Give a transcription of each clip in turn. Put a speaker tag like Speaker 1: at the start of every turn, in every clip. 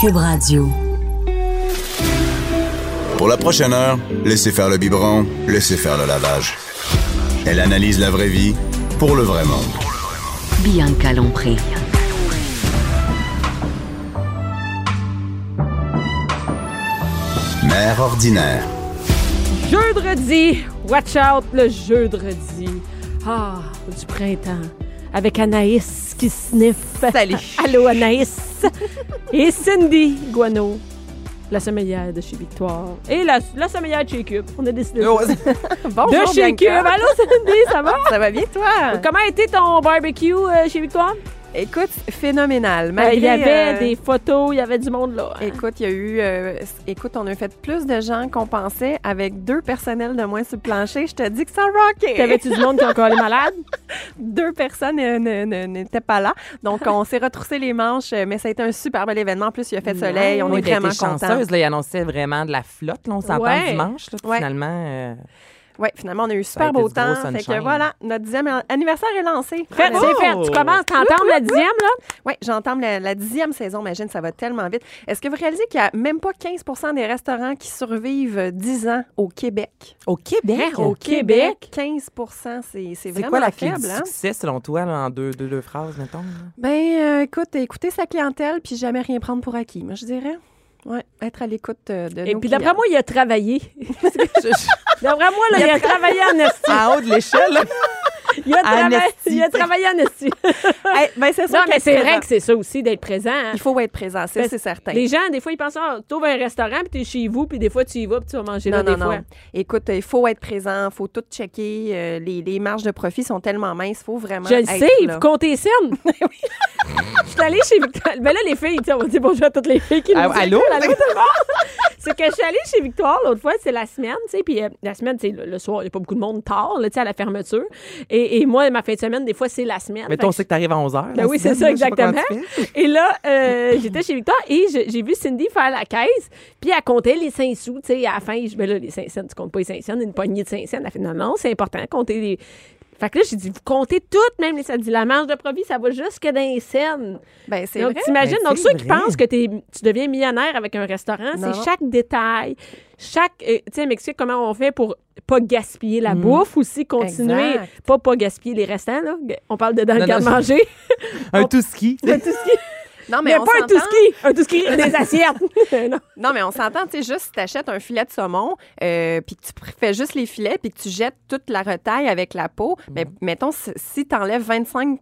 Speaker 1: Cube Radio.
Speaker 2: Pour la prochaine heure, laissez faire le biberon, laissez faire le lavage. Elle analyse la vraie vie pour le vrai monde.
Speaker 1: Bianca Lompré.
Speaker 2: Mère ordinaire.
Speaker 3: Jeudredi, watch out le jeudredi. Ah, du printemps. Avec Anaïs qui sniffe.
Speaker 4: Salut.
Speaker 3: Allô Anaïs. Et Cindy Guano. La sommelière de chez Victoire. Et la, la sommelière de chez Cube. On a décidé de- de
Speaker 4: Oh, Bonjour,
Speaker 3: chez Cube.
Speaker 4: Bianca.
Speaker 3: Allô Cindy, ça va?
Speaker 4: Ça va bien, toi?
Speaker 3: Comment a été ton barbecue euh, chez Victoire?
Speaker 4: Écoute, phénoménal.
Speaker 3: Ben,
Speaker 4: Malgré,
Speaker 3: il y avait
Speaker 4: euh,
Speaker 3: des photos, il y avait du monde là.
Speaker 4: Écoute, il y a eu. euh, écoute, on a fait plus de gens qu'on pensait avec deux personnels de moins sur le plancher. Je te dis que ça rockait.
Speaker 3: T'avais-tu du monde qui a encore les malades?
Speaker 4: deux personnes euh, ne- ne- n'étaient pas là. Donc, on s'est retroussé les manches, euh, mais ça a été un super bel événement. En plus, il a fait soleil. On
Speaker 5: Oui,
Speaker 4: est
Speaker 5: t'as été
Speaker 4: vraiment contents.
Speaker 5: chanceuse, là, il annonçait vraiment de la flotte. Là, on s'entend
Speaker 3: Ouais.
Speaker 5: dimanche, là, puis
Speaker 4: Ouais.
Speaker 5: finalement. euh,
Speaker 4: Oui, finalement, on a eu
Speaker 5: a
Speaker 4: super
Speaker 5: été
Speaker 4: beau
Speaker 5: du
Speaker 4: temps.
Speaker 5: gros
Speaker 4: Fait que
Speaker 5: sunshine.
Speaker 4: voilà, notre dixième an- anniversaire est lancé.
Speaker 3: Fait, c'est fait. Tu commences, t'entends la dixième, là?
Speaker 4: Oui, j'entends la, la dixième saison, imagine, ça va tellement vite. Est-ce que vous réalisez qu'il n'y a même pas 15 des restaurants qui survivent euh, 10 ans au Québec?
Speaker 5: Au Québec.
Speaker 3: Hein, au Québec?
Speaker 4: 15 c'est, c'est
Speaker 5: C'est
Speaker 4: vraiment
Speaker 5: quoi la clé
Speaker 4: faible,
Speaker 5: du
Speaker 4: hein?
Speaker 5: succès, selon toi, là, en deux, deux, deux phrases, mettons? là?
Speaker 4: Ben, euh, écoute, écouter sa clientèle puis jamais rien prendre pour acquis, moi, je dirais. Oui, être à l'écoute euh, de
Speaker 3: Et
Speaker 4: nos
Speaker 3: puis
Speaker 4: clients.
Speaker 3: d'après moi, il a travaillé. d'après moi, là, il a travaillé en esti.
Speaker 5: En haut de l'échelle, là.
Speaker 3: Il a, trava-
Speaker 5: esti,
Speaker 3: il a travaillé en esti.
Speaker 4: Eh, ben, c'est sûr
Speaker 3: Ah, non,
Speaker 4: qu'il
Speaker 3: mais
Speaker 4: est
Speaker 3: c'est vrai
Speaker 4: présent.
Speaker 3: que c'est ça aussi, d'être présent. hein.
Speaker 4: Il faut être présent, ça,
Speaker 3: Ben,
Speaker 4: c'est certain.
Speaker 3: Les gens, des fois, ils pensent, ah, t'ouvres un restaurant, puis t'es chez vous, puis des fois, tu y vas, puis tu vas manger là,
Speaker 4: Non, non,
Speaker 3: des fois.
Speaker 4: non. Écoute, il faut être présent, il faut tout checker. euh, les, les marges de profit sont tellement minces, il faut vraiment
Speaker 3: Je le
Speaker 4: être
Speaker 3: sais,
Speaker 4: là.
Speaker 3: vous comptez cernes. Je suis allée chez Victoire. Ben là, les filles, tu sais, on va dire bonjour à toutes les filles qui nous
Speaker 5: Ah,
Speaker 3: écoutent.
Speaker 5: allô?
Speaker 3: Allô, tout le monde? C'est que je suis allée chez Victoire l'autre fois, c'est la semaine, tu sais, puis euh, la semaine, c'est le, le soir, il n'y a pas beaucoup de monde tard, là, tu sais, à la fermeture. Et, et moi, ma fin de semaine, des fois, c'est la semaine.
Speaker 5: Mettons, on
Speaker 3: Fait
Speaker 5: sait que t'arrives à 11 h.
Speaker 3: Ben oui, c'est ça, exactement. Et là, euh, j'étais chez Victor et je- j'ai vu Cindy faire la caisse, puis elle comptait les 5 sous, tu sais, à la fin, je ben là, les 5 cents, tu comptes pas les 5 cents, une poignée de 5 cents. Elle fait, non, non, c'est important, compter les... Fait que là, j'ai dit, vous comptez toutes, même les ça dit, la marge de profit, ça va jusque dans les scènes.
Speaker 4: Ben, c'est
Speaker 3: Donc,
Speaker 4: vrai.
Speaker 3: t'imagines,
Speaker 5: Ben,
Speaker 3: donc
Speaker 5: c'est
Speaker 3: ceux qui
Speaker 5: vrai.
Speaker 3: pensent que t'es- tu deviens millionnaire avec un restaurant,
Speaker 4: Non.
Speaker 3: c'est chaque détail, chaque... euh, tu sais, elle m'explique comment on fait pour pas gaspiller la bouffe, aussi continuer,
Speaker 4: Exact.
Speaker 3: pas pas gaspiller les restants, là. On parle de dans le
Speaker 5: Non, non, je-
Speaker 3: garde-manger.
Speaker 5: Un tout ski.
Speaker 3: Le tout ski.
Speaker 4: Non,
Speaker 3: Mais,
Speaker 4: mais, on
Speaker 3: pas un
Speaker 4: s'entend.
Speaker 3: tout ski, un tout ski des assiettes. Non.
Speaker 4: Non, mais on s'entend, tu sais, juste si t'achètes un filet de saumon, euh, puis que tu pr- fais juste les filets, puis que tu jettes toute la retaille avec la peau, mais mettons, si- si t'enlèves 25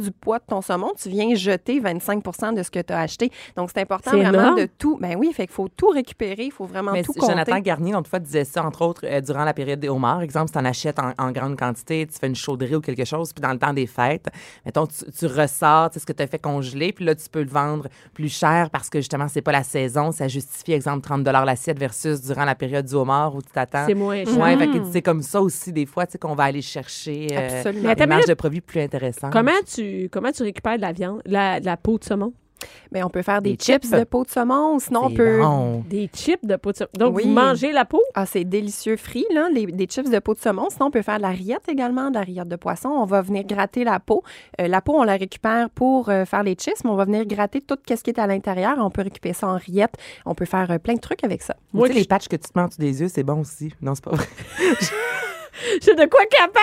Speaker 4: du poids de ton saumon, tu viens jeter 25 de ce que t'as acheté. Donc, c'est important
Speaker 3: C'est
Speaker 4: vraiment
Speaker 3: énorme.
Speaker 4: de tout... Ben oui, fait qu'il faut tout récupérer, il faut vraiment
Speaker 5: Mais
Speaker 4: tout compter.
Speaker 5: Jonathan Garnier, l'autre fois, disait ça, entre autres, euh, durant la période des homards. Exemple, si tu en achètes en, en grande quantité, tu fais une chauderie ou quelque chose, puis dans le temps des fêtes, mettons, tu, tu ressors tu sais, ce que tu as fait congeler, puis là, tu peux le vendre plus cher parce que justement, c'est pas la saison. Ça justifie, exemple, 30 l'assiette versus durant la période du homard où tu t'attends.
Speaker 3: C'est moins cher. Hmm.
Speaker 5: Ouais, fait que c'est comme ça aussi, des fois, tu sais, qu'on va aller chercher euh,
Speaker 4: Absolument.
Speaker 3: Mais attends,
Speaker 5: une marge
Speaker 3: minute.
Speaker 5: de produit plus intéressante.
Speaker 3: Comment tu, comment tu récupères de la viande, la, de la peau de saumon?
Speaker 4: Mais on peut faire des,
Speaker 5: Des
Speaker 4: chips
Speaker 5: chips.
Speaker 4: de peau de saumon, sinon on
Speaker 5: C'est
Speaker 4: peut...
Speaker 5: bon.
Speaker 3: Des chips de peau de saumon. Donc,
Speaker 4: Oui.
Speaker 3: vous mangez la peau?
Speaker 4: Ah, c'est délicieux frit, là, les, des chips de peau de saumon. Sinon, on peut faire de la rillette également, de la rillette de poisson. On va venir gratter la peau. Euh, la peau, on la récupère pour euh, faire les chips, mais on va venir gratter tout ce qui est à l'intérieur. On peut récupérer ça en rillette. On peut faire euh, plein de trucs avec ça.
Speaker 5: Ou
Speaker 3: Moi,
Speaker 5: tu sais,
Speaker 3: je-
Speaker 5: les patchs que tu te mets en dessous des yeux, c'est bon aussi. Non, c'est pas vrai.
Speaker 3: J'ai de quoi capable!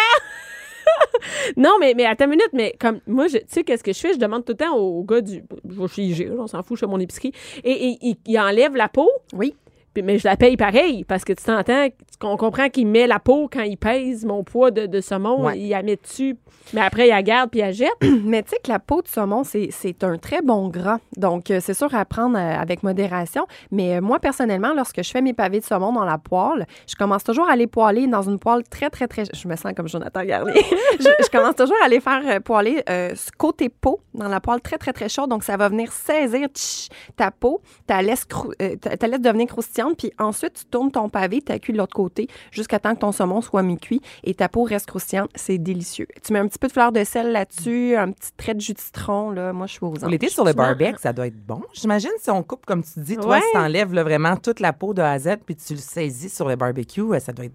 Speaker 3: non, mais, mais attends une minute, mais comme moi, je- tu sais, qu'est-ce que je fais? Je demande tout le temps au, au gars du. Je vais chez IG, là, on s'en fout, je fais mon épicerie. Et, et il, il enlève la peau.
Speaker 4: Oui.
Speaker 3: Puis- mais je la paye pareil parce que tu t'entends, on comprend qu'il met la peau quand il pèse mon poids de, de saumon,
Speaker 5: Ouais.
Speaker 3: il la met dessus, mais après il la garde puis il la jette.
Speaker 4: Mais tu sais que la peau de saumon, c'est- c'est un très bon gras. Donc, euh, c'est sûr à prendre euh, avec modération. Mais euh, moi, personnellement, lorsque je fais mes pavés de saumon dans la poêle, je commence toujours à les poêler dans une poêle très, très, très... Je me sens comme Jonathan Garnier. je, je commence toujours à les faire euh, poêler euh, ce côté peau dans la poêle très, très, très chaude. Donc, ça va venir saisir tch, ta peau, ta laisse, crou- euh, ta ta laisse devenir croustillante. Puis ensuite, tu tournes ton pavé, tu la cuis de l'autre côté jusqu'à temps que ton saumon soit mi-cuit et ta peau reste croustillante. C'est délicieux. Tu mets un petit peu de fleur de sel là-dessus, un petit trait de jus de citron. Là. Moi, je suis aux
Speaker 5: Pour
Speaker 4: anges.
Speaker 5: l'été sur le barbecue, ça doit être bon. J'imagine si on coupe, comme tu dis, toi,
Speaker 3: Ouais.
Speaker 5: si t'enlèves là, vraiment toute la peau de A à Z, puis tu le saisis sur le barbecue, euh, ça doit être.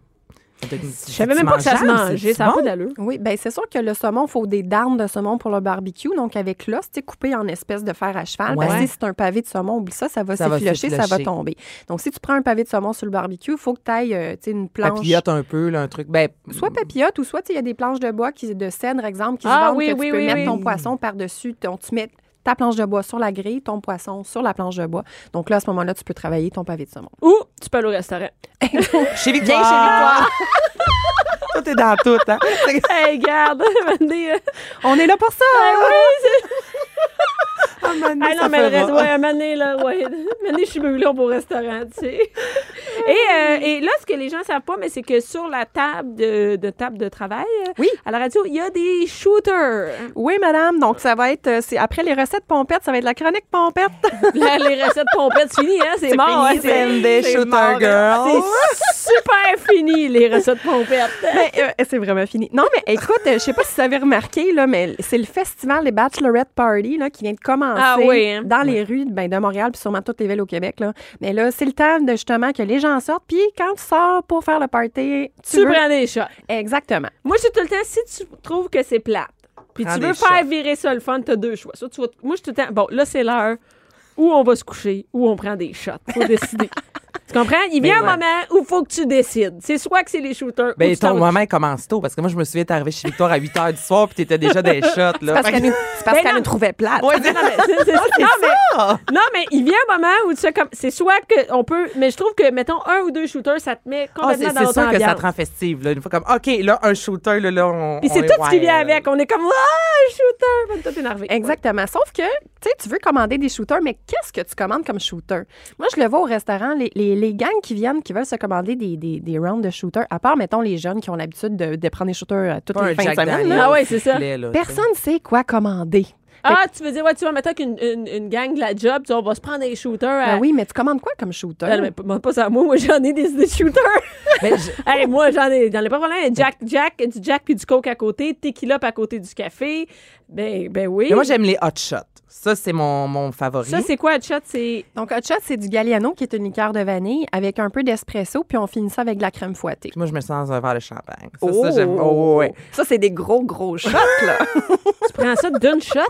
Speaker 5: Ça doit être
Speaker 3: Je savais même pas que ça se mangeait, ça n'a pas d'allure.
Speaker 4: Oui, bien, c'est sûr que le saumon, il faut des darnes de saumon pour le barbecue. Donc, avec l'os, tu sais, coupé en espèces de fer à cheval. Parce que
Speaker 5: Ouais.
Speaker 4: si c'est un pavé de saumon, oublie ça, ça va
Speaker 5: Ça va
Speaker 4: s'effilocher, ça va
Speaker 5: s'effilocher.
Speaker 4: tomber. Donc, si tu prends un pavé de saumon sur le barbecue, il faut que tu ailles, euh, tu sais, une planche.
Speaker 5: Papillote un peu, là, un truc. Ben,
Speaker 4: Soit papillote ou soit tu sais, il y a des planches de bois qui, de cèdre, exemple, qui
Speaker 3: Ah,
Speaker 4: se vendent
Speaker 3: oui,
Speaker 4: que tu
Speaker 3: oui,
Speaker 4: peux
Speaker 3: oui,
Speaker 4: mettre
Speaker 3: oui.
Speaker 4: ton poisson par-dessus. Donc, tu mets ta planche de bois sur la grille, ton poisson sur la planche de bois. Donc là, à ce moment-là, tu peux travailler ton pavé de saumon.
Speaker 3: Ou tu peux aller au restaurant.
Speaker 5: chez Victoire. Bien chez Victoire. tout est dans tout, hein.
Speaker 3: hey, garde, venez. euh,
Speaker 4: On est là pour ça!
Speaker 3: Ben
Speaker 5: Ah, Manon,
Speaker 3: Ah non,
Speaker 5: ça
Speaker 3: mais le
Speaker 5: fera.
Speaker 3: reste, ouais, mané, là, ouais. Mané, je suis brûlée au beau restaurant, tu sais. Et, euh, et là, ce que les gens savent pas, mais c'est que sur la table de, de table de travail, euh,
Speaker 4: Oui.
Speaker 3: à la radio, il y a des shooters.
Speaker 4: Oui, madame. Donc, ça va être. euh, c'est Après les recettes pompettes, ça va être la chronique pompette.
Speaker 3: Là, les recettes pompettes, c'est fini, hein? C'est mort,
Speaker 5: Fini,
Speaker 3: hein, c'est-
Speaker 5: Sandy,
Speaker 4: c'est
Speaker 5: Shooter
Speaker 4: mort,
Speaker 5: Girl.
Speaker 3: C'est super fini, les recettes pompettes.
Speaker 4: Ben, euh, c'est vraiment fini. Non, mais écoute, euh, je sais pas si vous avez remarqué, là, mais c'est le festival des Bachelorette Party là, qui vient de commencer
Speaker 3: Ah oui, hein?
Speaker 4: dans les rues ben, de Montréal, puis sûrement toutes les villes au Québec. Là. Mais là, c'est le temps de justement que les gens sortent. Puis quand tu sors pour faire le party, tu,
Speaker 3: Tu
Speaker 4: veux-
Speaker 3: prends des shots.
Speaker 4: Exactement.
Speaker 3: Moi, je suis tout le temps, si tu trouves que c'est plate, puis
Speaker 5: Prends
Speaker 3: tu veux
Speaker 5: des
Speaker 3: faire
Speaker 5: shots.
Speaker 3: virer ça le fun, t'as deux choix. Soit tu vas- moi, je suis tout le temps, bon, là, c'est l'heure où on va se coucher, où on prend des shots. Faut décider. tu comprends? Il vient
Speaker 5: ouais.
Speaker 3: un moment où faut que tu décides. C'est soit que c'est les shooters ou
Speaker 5: Ben,
Speaker 3: tu t'en
Speaker 5: ton
Speaker 3: vas-
Speaker 5: moment, il commence tôt, parce que moi, je me souviens, t'es arrivé chez Victoire à 8 h du soir, puis t'étais déjà des shots, là.
Speaker 4: Parce qu'elle nous, c'est parce
Speaker 3: Ben
Speaker 4: qu'elle
Speaker 3: non.
Speaker 4: nous trouvait plate.
Speaker 3: Non, mais c'est- c'est- non,
Speaker 5: Ah,
Speaker 3: mais- non, mais il vient un moment où tu sais comme c'est soit que on peut mais je trouve que mettons un ou deux shooters ça te met
Speaker 5: Ah, c'est
Speaker 3: complètement dans
Speaker 5: c'est
Speaker 3: l'autre
Speaker 5: sûr que ça
Speaker 3: ambiance.
Speaker 5: te rend festive, là. Une fois comme, OK, là, un shooter, là, là, on.
Speaker 3: Puis
Speaker 5: on
Speaker 3: c'est
Speaker 5: est
Speaker 3: tout ce qui
Speaker 5: wild.
Speaker 3: vient avec, on est comme ah shooter, même toi t'es énervé.
Speaker 4: Exactement. Sauf que, tu sais, tu veux commander des shooters, mais qu'est-ce que tu commandes comme shooter? Moi, je le vois au restaurant, les, les, les gangs qui viennent, qui veulent se commander des, des, des rounds de shooters, à part, mettons, les jeunes qui ont l'habitude de, de prendre des shooters euh, toutes
Speaker 5: Pas
Speaker 4: les
Speaker 5: un
Speaker 4: fins de
Speaker 5: Jack
Speaker 4: semaine.
Speaker 5: Daniel.
Speaker 4: là.
Speaker 3: Ah ouais, c'est ça.
Speaker 4: Personne sait quoi commander.
Speaker 3: Ah, tu veux dire, ouais, tu vas mettre avec une, une, une gang de la job, tu vois, on va se prendre des shooters.
Speaker 4: Ben
Speaker 3: à-
Speaker 4: oui, mais tu commandes quoi comme shooter?
Speaker 3: Ah, non, mais demande pas ça à moi, moi j'en ai des, des shooters.
Speaker 5: Mais Ben, je-
Speaker 3: hey, moi j'en ai, j'en ai pas parlé. Jack, Jack, du Jack puis du Coke à côté, tequila à côté du café. Ben, ben oui.
Speaker 5: Mais moi, j'aime les hot shots. Ça, c'est mon, mon favori.
Speaker 3: Ça, c'est quoi, un shot? C'est.
Speaker 4: Donc, hot shot, c'est du Galliano, qui est une liqueur de vanille, avec un peu d'espresso, puis on finit ça avec de la crème fouettée.
Speaker 5: Puis moi, je me sens dans un verre de champagne. Ça, ça, j'aime. Oh, ouais.
Speaker 4: Ça, c'est des gros, gros shots, là.
Speaker 3: Tu prends ça d'une shot?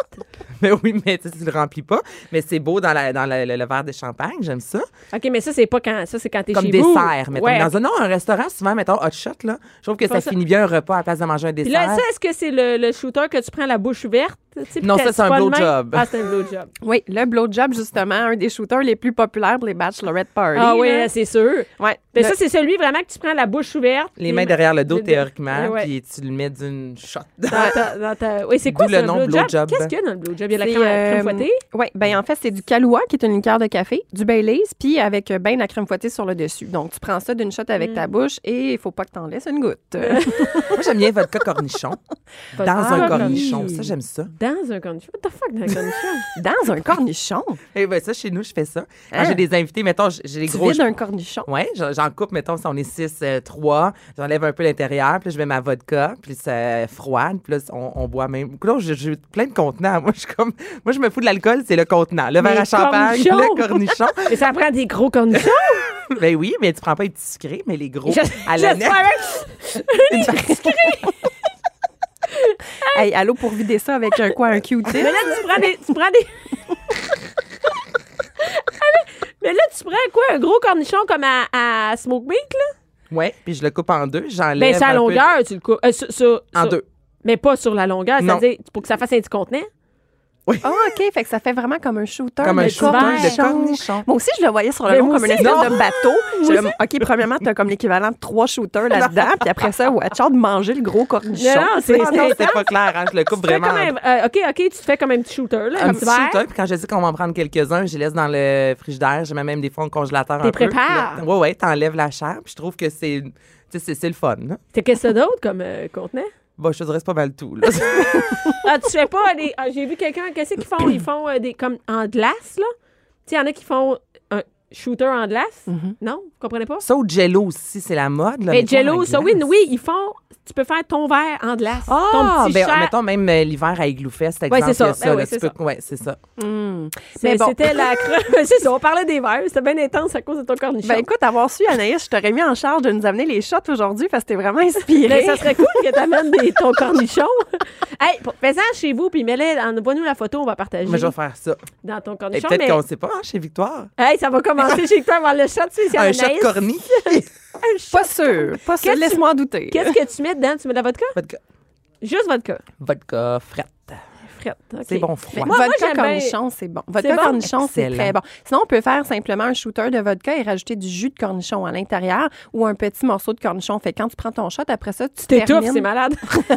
Speaker 5: Mais oui, mais tu sais, tu le remplis pas. Mais c'est beau dans, la, dans la- le, le verre de champagne. J'aime ça.
Speaker 3: OK, mais ça, c'est pas quand. Ça, c'est quand t'es
Speaker 5: Comme
Speaker 3: chez vous.
Speaker 5: dessert, mettons.
Speaker 3: Ouais.
Speaker 5: Dans un, non, un restaurant, souvent, mettons, hot shot, là. Je trouve que
Speaker 3: Pas
Speaker 5: ça,
Speaker 3: ça.
Speaker 5: finit bien un repas à la place de manger un
Speaker 3: Puis
Speaker 5: dessert.
Speaker 3: là, ça, est-ce que c'est le, le shooter que tu prends la bouche ouverte? tu sais, puis
Speaker 5: Non,
Speaker 3: t'as-
Speaker 5: ça, c'est un
Speaker 3: pas le même?
Speaker 5: blowjob.
Speaker 3: Ah, c'est un blowjob.
Speaker 4: Oui, le blowjob, justement, un des shooters les plus populaires pour les bachelorette parties.
Speaker 3: Ah oui,
Speaker 4: là.
Speaker 3: c'est sûr.
Speaker 4: Ouais.
Speaker 3: Mais
Speaker 4: Le-
Speaker 3: ça, c'est celui vraiment que tu prends la bouche ouverte.
Speaker 5: les mains derrière le dos,
Speaker 3: le-
Speaker 5: théoriquement,
Speaker 3: Ouais.
Speaker 5: puis tu le mets d'une shot.
Speaker 3: Dans ta- dans ta- Oui, c'est quoi
Speaker 5: D'où
Speaker 3: ça,
Speaker 5: le nom
Speaker 3: un blowjob?
Speaker 5: blowjob. ben?
Speaker 3: Qu'est-ce qu'il y a dans le blowjob? Il y a la
Speaker 4: C'est,
Speaker 3: crème, la crème
Speaker 4: euh,
Speaker 3: fouettée?
Speaker 4: Oui, ben en fait, c'est du Kahlua, qui est une liqueur de café, du Baileys, puis avec euh, ben de la crème fouettée sur le dessus. Donc, tu prends ça d'une shot avec
Speaker 3: Mm.
Speaker 4: ta bouche et il faut pas que t'en laisses une goutte.
Speaker 5: Moi, j'aime bien vodka cornichon. dans
Speaker 3: Vodka
Speaker 5: un
Speaker 3: cornichon.
Speaker 5: cornichon. Ça, j'aime ça.
Speaker 3: Dans un cornichon? What the fuck, dans un cornichon?
Speaker 4: Dans un cornichon?
Speaker 5: Et ben ça, chez nous, je fais ça. Quand
Speaker 4: Hein?
Speaker 5: j'ai des invités, mettons, j'ai j'ai les
Speaker 4: Tu
Speaker 5: gros.
Speaker 4: vides un cornichon?
Speaker 5: Ouais, j'en j'en coupe, mettons, si on est 6, 3, j'enlève un peu l'intérieur, puis là, je mets ma vodka, puis ça euh, froide, puis là, on, on boit même. Coudonc, j'ai- j'ai plein de contenants. Moi, je, suis comme... Moi, je me fous de l'alcool, c'est le contenant. Le verre à champagne,
Speaker 3: cornichon!
Speaker 5: le cornichon.
Speaker 3: Mais ça prend des gros cornichons.
Speaker 5: ben oui, mais tu prends pas les petits sucrés, mais les gros
Speaker 3: Je-
Speaker 5: à la nette.
Speaker 3: j'espère-
Speaker 4: Hey, allô, pour vider ça avec un quoi? Un Q-tip?
Speaker 3: Mais là, tu prends des. Tu prends des... Ah, Mais là, tu prends quoi? Un gros cornichon comme à, à Smoke Meat, là?
Speaker 5: Ouais, puis je le coupe en deux, j'enlève.
Speaker 3: Ben, c'est à
Speaker 5: un peu-
Speaker 3: longueur, tu le coupes. Euh, sur- sur-
Speaker 5: En
Speaker 3: sur-
Speaker 5: deux.
Speaker 3: Mais pas sur la longueur,
Speaker 5: Non.
Speaker 3: c'est-à-dire pour que ça fasse un petit contenant.
Speaker 5: Oui.
Speaker 4: Ah, OK. Fait que ça fait vraiment comme un shooter.
Speaker 3: Ah,
Speaker 5: Comme un
Speaker 4: de
Speaker 5: shooter
Speaker 3: de
Speaker 5: cornichons.
Speaker 4: Moi aussi, je le voyais sur le
Speaker 3: Mais
Speaker 4: long
Speaker 3: moi
Speaker 4: comme une
Speaker 3: aussi.
Speaker 4: espèce de bateau. Je le- OK, premièrement, t'as comme l'équivalent de trois shooters là-dedans. Puis après ça, watch out de manger le gros
Speaker 3: Non,
Speaker 4: cornichon.
Speaker 3: non, c'est
Speaker 5: Ah non, c'est pas clair, hein, je le coupe
Speaker 3: Tu fais
Speaker 5: vraiment.
Speaker 3: comme un- euh, OK, OK, tu te fais comme un petit shooter, là,
Speaker 5: Un
Speaker 3: un
Speaker 5: petit
Speaker 3: verre.
Speaker 5: shooter, puis quand je dis qu'on va en prendre quelques-uns, je les laisse dans le frigidaire, je mets même des fois au congélateur
Speaker 3: T'es
Speaker 5: un peu.
Speaker 3: prépare.
Speaker 5: Oui, oui, t'enlèves la chair, puis je trouve que c'est tu sais, c'est- c'est le fun. là.
Speaker 3: T'as qu'est-ce que d'autre comme euh, contenant?
Speaker 5: Bon, je te dirais, c'est pas mal tout. là.
Speaker 3: Ah, tu fais pas des. ah, J'ai vu quelqu'un, qu'est-ce qu'ils font? Ils font euh, des. comme en glace, là. Tu sais, il y en a qui font un shooter en glace. Non? Vous comprenez pas?
Speaker 5: Mm-hmm. ça, au jello aussi, c'est la mode. Là,
Speaker 3: Mais
Speaker 5: mettons,
Speaker 3: Jello,
Speaker 5: la
Speaker 3: ça, oui,
Speaker 5: glace.
Speaker 3: oui, ils font. Tu peux faire ton verre en glace.
Speaker 5: Ah,
Speaker 3: ton petit
Speaker 5: ben,
Speaker 3: chat.
Speaker 5: mettons même euh, l'hiver à Igloofest, exemple,
Speaker 3: Ouais, c'est ça.
Speaker 5: il
Speaker 3: Ben
Speaker 5: y a là,
Speaker 3: ouais,
Speaker 5: tu
Speaker 3: c'est
Speaker 5: peux-
Speaker 3: ça.
Speaker 5: ouais, c'est ça.
Speaker 3: Mais
Speaker 4: Mais bon.
Speaker 3: C'était la cre- c'est ça, on parlait des verres. C'était bien intense à cause de ton cornichon.
Speaker 4: Ben écoute, avoir su, Anaïs, je t'aurais mis en charge de nous amener les shots aujourd'hui parce que t'es vraiment
Speaker 3: Mais
Speaker 4: inspirée.
Speaker 3: ça serait cool que t'amènes des- ton cornichon. hey, pour- fais-en chez vous, puis mets-le, envoie-nous la photo, on va partager
Speaker 5: Mais je vais faire ça.
Speaker 3: dans ton
Speaker 5: Et
Speaker 3: cornichon.
Speaker 5: peut-être
Speaker 3: mais-
Speaker 5: qu'on sait pas, hein, chez Victoire.
Speaker 3: hey, ça va commencer chez toi avant le chat, tu sais, si
Speaker 5: Un
Speaker 3: Anaïs-
Speaker 5: chat de corny.
Speaker 3: Un shot.
Speaker 4: Pas sûr. Pas
Speaker 3: Qu'est-ce
Speaker 4: sûr.
Speaker 3: que-
Speaker 4: Laisse-moi en douter.
Speaker 3: Qu'est-ce que tu mets dedans? Tu mets de la vodka?
Speaker 5: Vodka,
Speaker 3: Juste vodka.
Speaker 5: vodka frette.
Speaker 3: Frette. ok.
Speaker 5: C'est bon froid.
Speaker 3: Moi-
Speaker 4: vodka
Speaker 3: j'aime bien-
Speaker 4: cornichon, c'est bon.
Speaker 3: C'est
Speaker 4: Vodka
Speaker 3: bon?
Speaker 4: cornichon, c'est
Speaker 5: Excellent.
Speaker 4: très bon. Sinon, on peut faire simplement un shooter de vodka et rajouter du jus de cornichon à l'intérieur ou un petit morceau de cornichon. Fait que quand tu prends ton shot, après ça, tu
Speaker 3: T'étouffes,
Speaker 4: termines.
Speaker 3: c'est malade.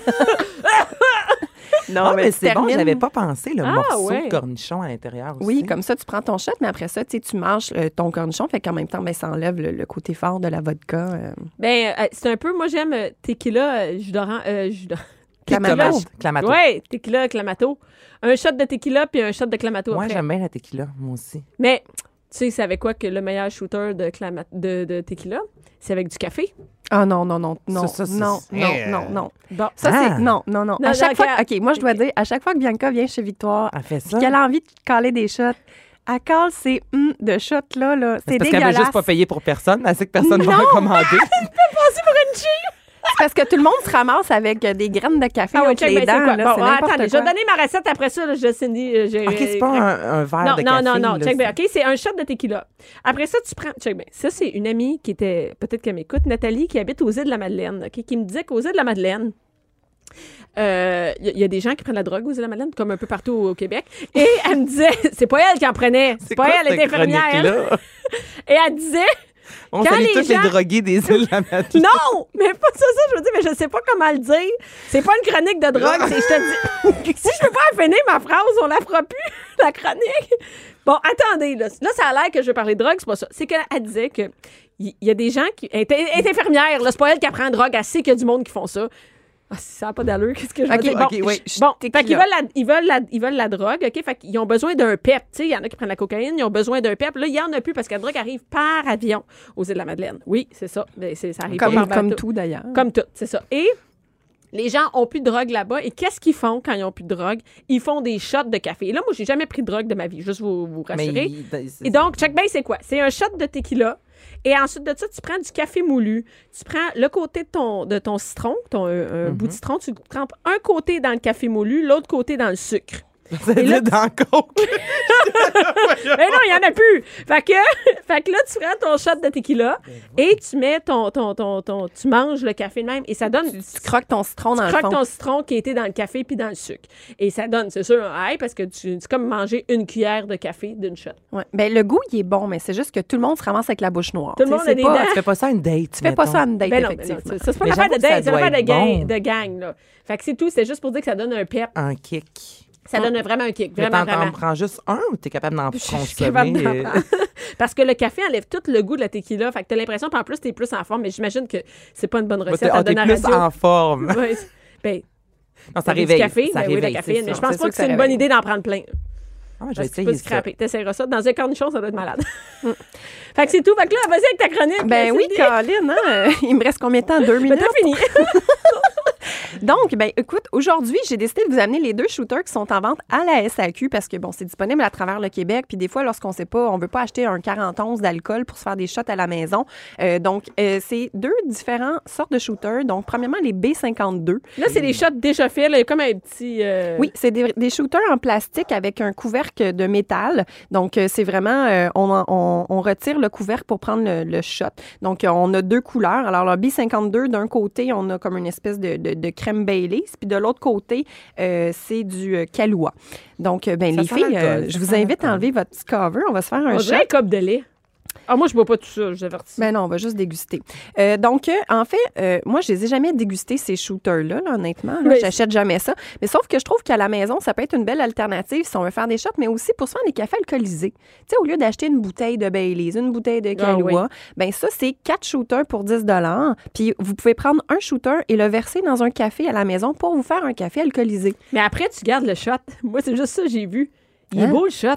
Speaker 4: Non,
Speaker 5: Ah, mais
Speaker 4: tu
Speaker 5: c'est bon,
Speaker 4: termines-
Speaker 5: j'avais pas pensé le
Speaker 3: Ah,
Speaker 5: morceau
Speaker 3: ouais.
Speaker 5: de cornichon à l'intérieur aussi.
Speaker 4: Oui, comme ça, tu prends ton shot, mais après ça, tu sais, tu manges euh, ton cornichon. Fait qu'en même temps, ben, ça enlève le, le côté fort de la vodka. euh.
Speaker 3: Ben, euh, c'est un peu, moi j'aime euh, tequila, euh, jus d'orange, euh, jus d'orange.
Speaker 4: Clamato.
Speaker 5: Clamato. Clamato.
Speaker 3: Ouais, tequila, clamato. Un shot de tequila puis un shot de clamato
Speaker 5: Moi,
Speaker 3: après.
Speaker 5: j'aime bien la tequila, moi aussi.
Speaker 3: Mais tu sais, c'est avec quoi que le meilleur shooter de, clama- de, de tequila? C'est avec du café.
Speaker 4: Ah non, non, non, non,
Speaker 5: ça, ça,
Speaker 4: non,
Speaker 5: c'est-
Speaker 4: non, non, non.
Speaker 3: Bon.
Speaker 4: Ça,
Speaker 5: Ah.
Speaker 4: c'est... Non, non, non.
Speaker 3: Non,
Speaker 4: à chaque
Speaker 3: non,
Speaker 4: fois...
Speaker 3: regarde. Ah.
Speaker 4: OK, moi, je dois dire, à chaque fois que Bianca vient chez Victoire,
Speaker 5: Elle fait ça.
Speaker 4: puis qu'elle a envie de caler des shots, elle cale ces hum de shots, là, là. C'est
Speaker 5: C'est parce qu'elle
Speaker 4: dégueulasse.
Speaker 5: avait juste pas payé pour personne, mais elle sait que personne ne va recommander.
Speaker 4: C'est parce que tout le monde se ramasse avec euh, des graines de café
Speaker 3: Ah ouais,
Speaker 4: entre
Speaker 3: check, ben,
Speaker 4: les dents,
Speaker 3: c'est quoi?
Speaker 4: là.
Speaker 3: Bon,
Speaker 4: c'est
Speaker 3: ah,
Speaker 4: n'importe
Speaker 3: attendez, je
Speaker 4: quoi.
Speaker 3: vais donner ma recette après ça, là, je Cindy. euh, j'ai-
Speaker 5: OK, c'est pas un, un verre
Speaker 3: Non,
Speaker 5: de
Speaker 3: non,
Speaker 5: café.
Speaker 3: non, non,
Speaker 5: là,
Speaker 3: check bien.
Speaker 5: c'est-
Speaker 3: OK, c'est un shot de tequila. Après ça, tu prends. Check bien. Ça, c'est une amie qui était. Peut-être qu'elle m'écoute, Nathalie, qui habite aux îles de la Madeleine, OK, qui me disait qu'aux îles de la Madeleine, euh, il y, a- il y a des gens qui prennent la drogue aux îles de la Madeleine, comme un peu partout au, au Québec. Et elle me disait, c'est pas elle qui en prenait, c'est
Speaker 5: C'est
Speaker 3: pas
Speaker 5: quoi
Speaker 3: elle, elle est
Speaker 5: cette
Speaker 3: infirmière. elle.
Speaker 5: chronique-là?
Speaker 3: Et elle disait,
Speaker 5: On
Speaker 3: Quand
Speaker 5: salue
Speaker 3: les
Speaker 5: tous
Speaker 3: gens-
Speaker 5: les drogués des îles de la Madeleine.
Speaker 3: Non, mais pas ça, ça, je veux dire, mais je sais pas comment le dire. C'est pas une chronique de drogue, c'est, je te dis. si je peux pas finir ma phrase, on la fera plus, la chronique. Bon, attendez, là. Là, ça a l'air que je veux parler de drogue, c'est pas ça. C'est qu'elle elle disait que il y, a des gens qui. Elle est, elle est infirmière, là. C'est pas elle qui apprend la drogue, elle sait qu'il y a du monde qui font ça. Ah, si ça n'a pas d'allure, qu'est-ce que je veux
Speaker 4: Ok,
Speaker 3: dire? Bon,
Speaker 4: ok, oui, je-
Speaker 3: bon,
Speaker 4: t'es
Speaker 3: fait
Speaker 4: qui,
Speaker 3: qu'ils
Speaker 4: là?
Speaker 3: veulent la, ils, veulent la, ils veulent la drogue, OK? Fait qu'ils ont besoin d'un PEP. Tu sais, il y en a qui prennent la cocaïne, ils ont besoin d'un PEP. Là, il y en a plus parce que la drogue arrive par avion aux Îles-de-la-Madeleine. Oui, c'est ça. Mais c'est, ça arrive
Speaker 4: Comme,
Speaker 3: par
Speaker 4: comme
Speaker 3: bateau.
Speaker 4: tout, d'ailleurs.
Speaker 3: Comme tout, c'est ça. Et les gens ont plus de drogue là-bas. Et qu'est-ce qu'ils font quand ils ont plus de drogue? Ils font des shots de café. Et là, moi, j'ai jamais pris de drogue de ma vie, juste vous, vous
Speaker 5: Mais
Speaker 3: rassurer.
Speaker 5: il- ben, c'est-
Speaker 3: Bah, Et donc, check bien, c'est quoi? C'est un shot de tequila. Et ensuite de ça, tu prends du café moulu. Tu prends le côté de ton, de ton citron, ton euh, un bout
Speaker 4: Mhm.
Speaker 3: de citron, tu trempes un côté dans le café moulu, l'autre côté dans le sucre.
Speaker 5: c'est
Speaker 3: et là-
Speaker 5: dit dans le coke.
Speaker 3: Mais non, il n'y en a plus. Fait que, fait que là, tu prends ton shot de tequila
Speaker 4: Ben
Speaker 3: et tu mets ton, ton, ton, ton, tu manges le café de même et ça donne
Speaker 4: Tu croques ton citron dans le
Speaker 3: croque
Speaker 4: fond.
Speaker 3: ton citron qui était dans le café puis dans le sucre. Et ça donne, c'est sûr, un high parce que tu, c'est comme manger une cuillère de café d'une shot.
Speaker 4: Ouais. Ben, le goût, il est bon, mais c'est juste que tout le monde se ramasse avec la bouche noire.
Speaker 3: Tout le
Speaker 4: Tu sais,
Speaker 3: monde a
Speaker 4: c'est
Speaker 3: des
Speaker 4: pas-
Speaker 3: dents.
Speaker 5: Tu fais pas ça à une date.
Speaker 4: Tu fais pas ça à une date,
Speaker 3: Ben non, ben non,
Speaker 4: effectivement.
Speaker 3: ça, ça, c'est pas
Speaker 5: Mais
Speaker 3: une affaire de
Speaker 5: j'avoue que ça
Speaker 3: date, c'est une
Speaker 5: doit
Speaker 3: affaire de
Speaker 5: être
Speaker 3: gang,
Speaker 5: bon.
Speaker 3: de gang, là. Fait que c'est tout, c'est juste pour dire que ça donne un pep.
Speaker 5: Un kick.
Speaker 3: Ça donne vraiment un kick,
Speaker 5: Mais
Speaker 3: vraiment,
Speaker 5: t'en- t'en
Speaker 3: vraiment.
Speaker 5: prends juste un ou t'es capable d'en
Speaker 3: Je suis capable
Speaker 5: consommer?
Speaker 3: d'en
Speaker 5: euh,
Speaker 3: prendre. Parce que le café enlève tout le goût de la tequila. Fait que t'as l'impression, puis en plus, t'es plus en forme, mais j'imagine que c'est pas une bonne
Speaker 5: bah,
Speaker 3: recette
Speaker 5: T'es
Speaker 3: à
Speaker 5: ah, t'es
Speaker 3: donner à
Speaker 5: plus
Speaker 3: radio.
Speaker 5: en forme.
Speaker 3: Ouais, ben,
Speaker 5: Non, ça
Speaker 3: t'as du
Speaker 5: réveille.
Speaker 3: café,
Speaker 5: ça
Speaker 3: ben oui, la
Speaker 5: réveille,
Speaker 3: caféine,
Speaker 5: c'est
Speaker 3: mais je
Speaker 5: sûr.
Speaker 3: pense pas
Speaker 4: C'est sûr
Speaker 3: que
Speaker 4: que ça
Speaker 3: c'est une bonne
Speaker 4: réveille.
Speaker 3: idée d'en prendre plein.
Speaker 5: Ah, je vais
Speaker 3: Parce que tu peux
Speaker 5: essayer ça. Mm.
Speaker 3: scraper. T'essaieras ça. Dans un cornichon, ça doit être malade. fait que c'est tout. Fait que là, vas-y avec ta chronique. euh,
Speaker 4: Ben oui,
Speaker 3: Cindy.
Speaker 4: Colin, hein? il me reste combien de temps? Deux
Speaker 3: Ben
Speaker 4: minutes?
Speaker 3: t'as fini.
Speaker 4: Donc, ben, écoute, aujourd'hui, j'ai décidé de vous amener les deux shooters qui sont en vente à la SAQ parce que, bon, c'est disponible à travers le Québec. Puis des fois, lorsqu'on sait pas, on veut pas acheter un 41 d'alcool pour se faire des shots à la maison. Euh, donc, euh, c'est deux différentes sortes de shooters. Donc, premièrement, les B52.
Speaker 3: là, c'est des shots déjà faits. là, comme un petit. euh,
Speaker 4: Oui, c'est des, des shooters en plastique avec un couvercle de métal. Donc, euh, c'est vraiment, euh, on, en- on, on retire le couvercle pour prendre le, le shot. Donc, euh, on a deux couleurs. Alors, le B52, d'un côté, on a comme une espèce de, de- de crème crème Baileys. Puis de l'autre côté, euh, c'est du euh, Kahlua. Donc, euh, ben,
Speaker 5: Ça
Speaker 4: les
Speaker 5: sent
Speaker 4: filles,
Speaker 5: l'alcool,
Speaker 4: euh,
Speaker 5: ça
Speaker 4: je vous
Speaker 5: sent
Speaker 4: invite à
Speaker 5: l'alcool.
Speaker 4: enlever votre petit cover. On va se faire un
Speaker 3: On
Speaker 4: shot.
Speaker 3: dirait une coupe de lait. Ah, moi, je bois pas tout ça, je vous avertis.
Speaker 4: Ben non, on va juste déguster. Euh, donc, euh, en fait, euh, moi, je les ai jamais dégustés, ces shooters-là, là, honnêtement. là.
Speaker 3: Mais-
Speaker 4: J'achète jamais ça. Mais sauf que je trouve qu'à la maison, ça peut être une belle alternative si on veut faire des shots, mais aussi pour se faire des cafés alcoolisés. Tu sais, au lieu d'acheter une bouteille de Baileys, une bouteille de
Speaker 3: Ah oui.
Speaker 4: Kahlua, ben ça, c'est quatre shooters pour 10 Puis vous pouvez prendre un shooter et le verser dans un café à la maison pour vous faire un café alcoolisé.
Speaker 3: Mais après, tu gardes le shot. Moi, c'est juste ça que j'ai vu. Il est
Speaker 4: Hein?
Speaker 3: beau, le shot.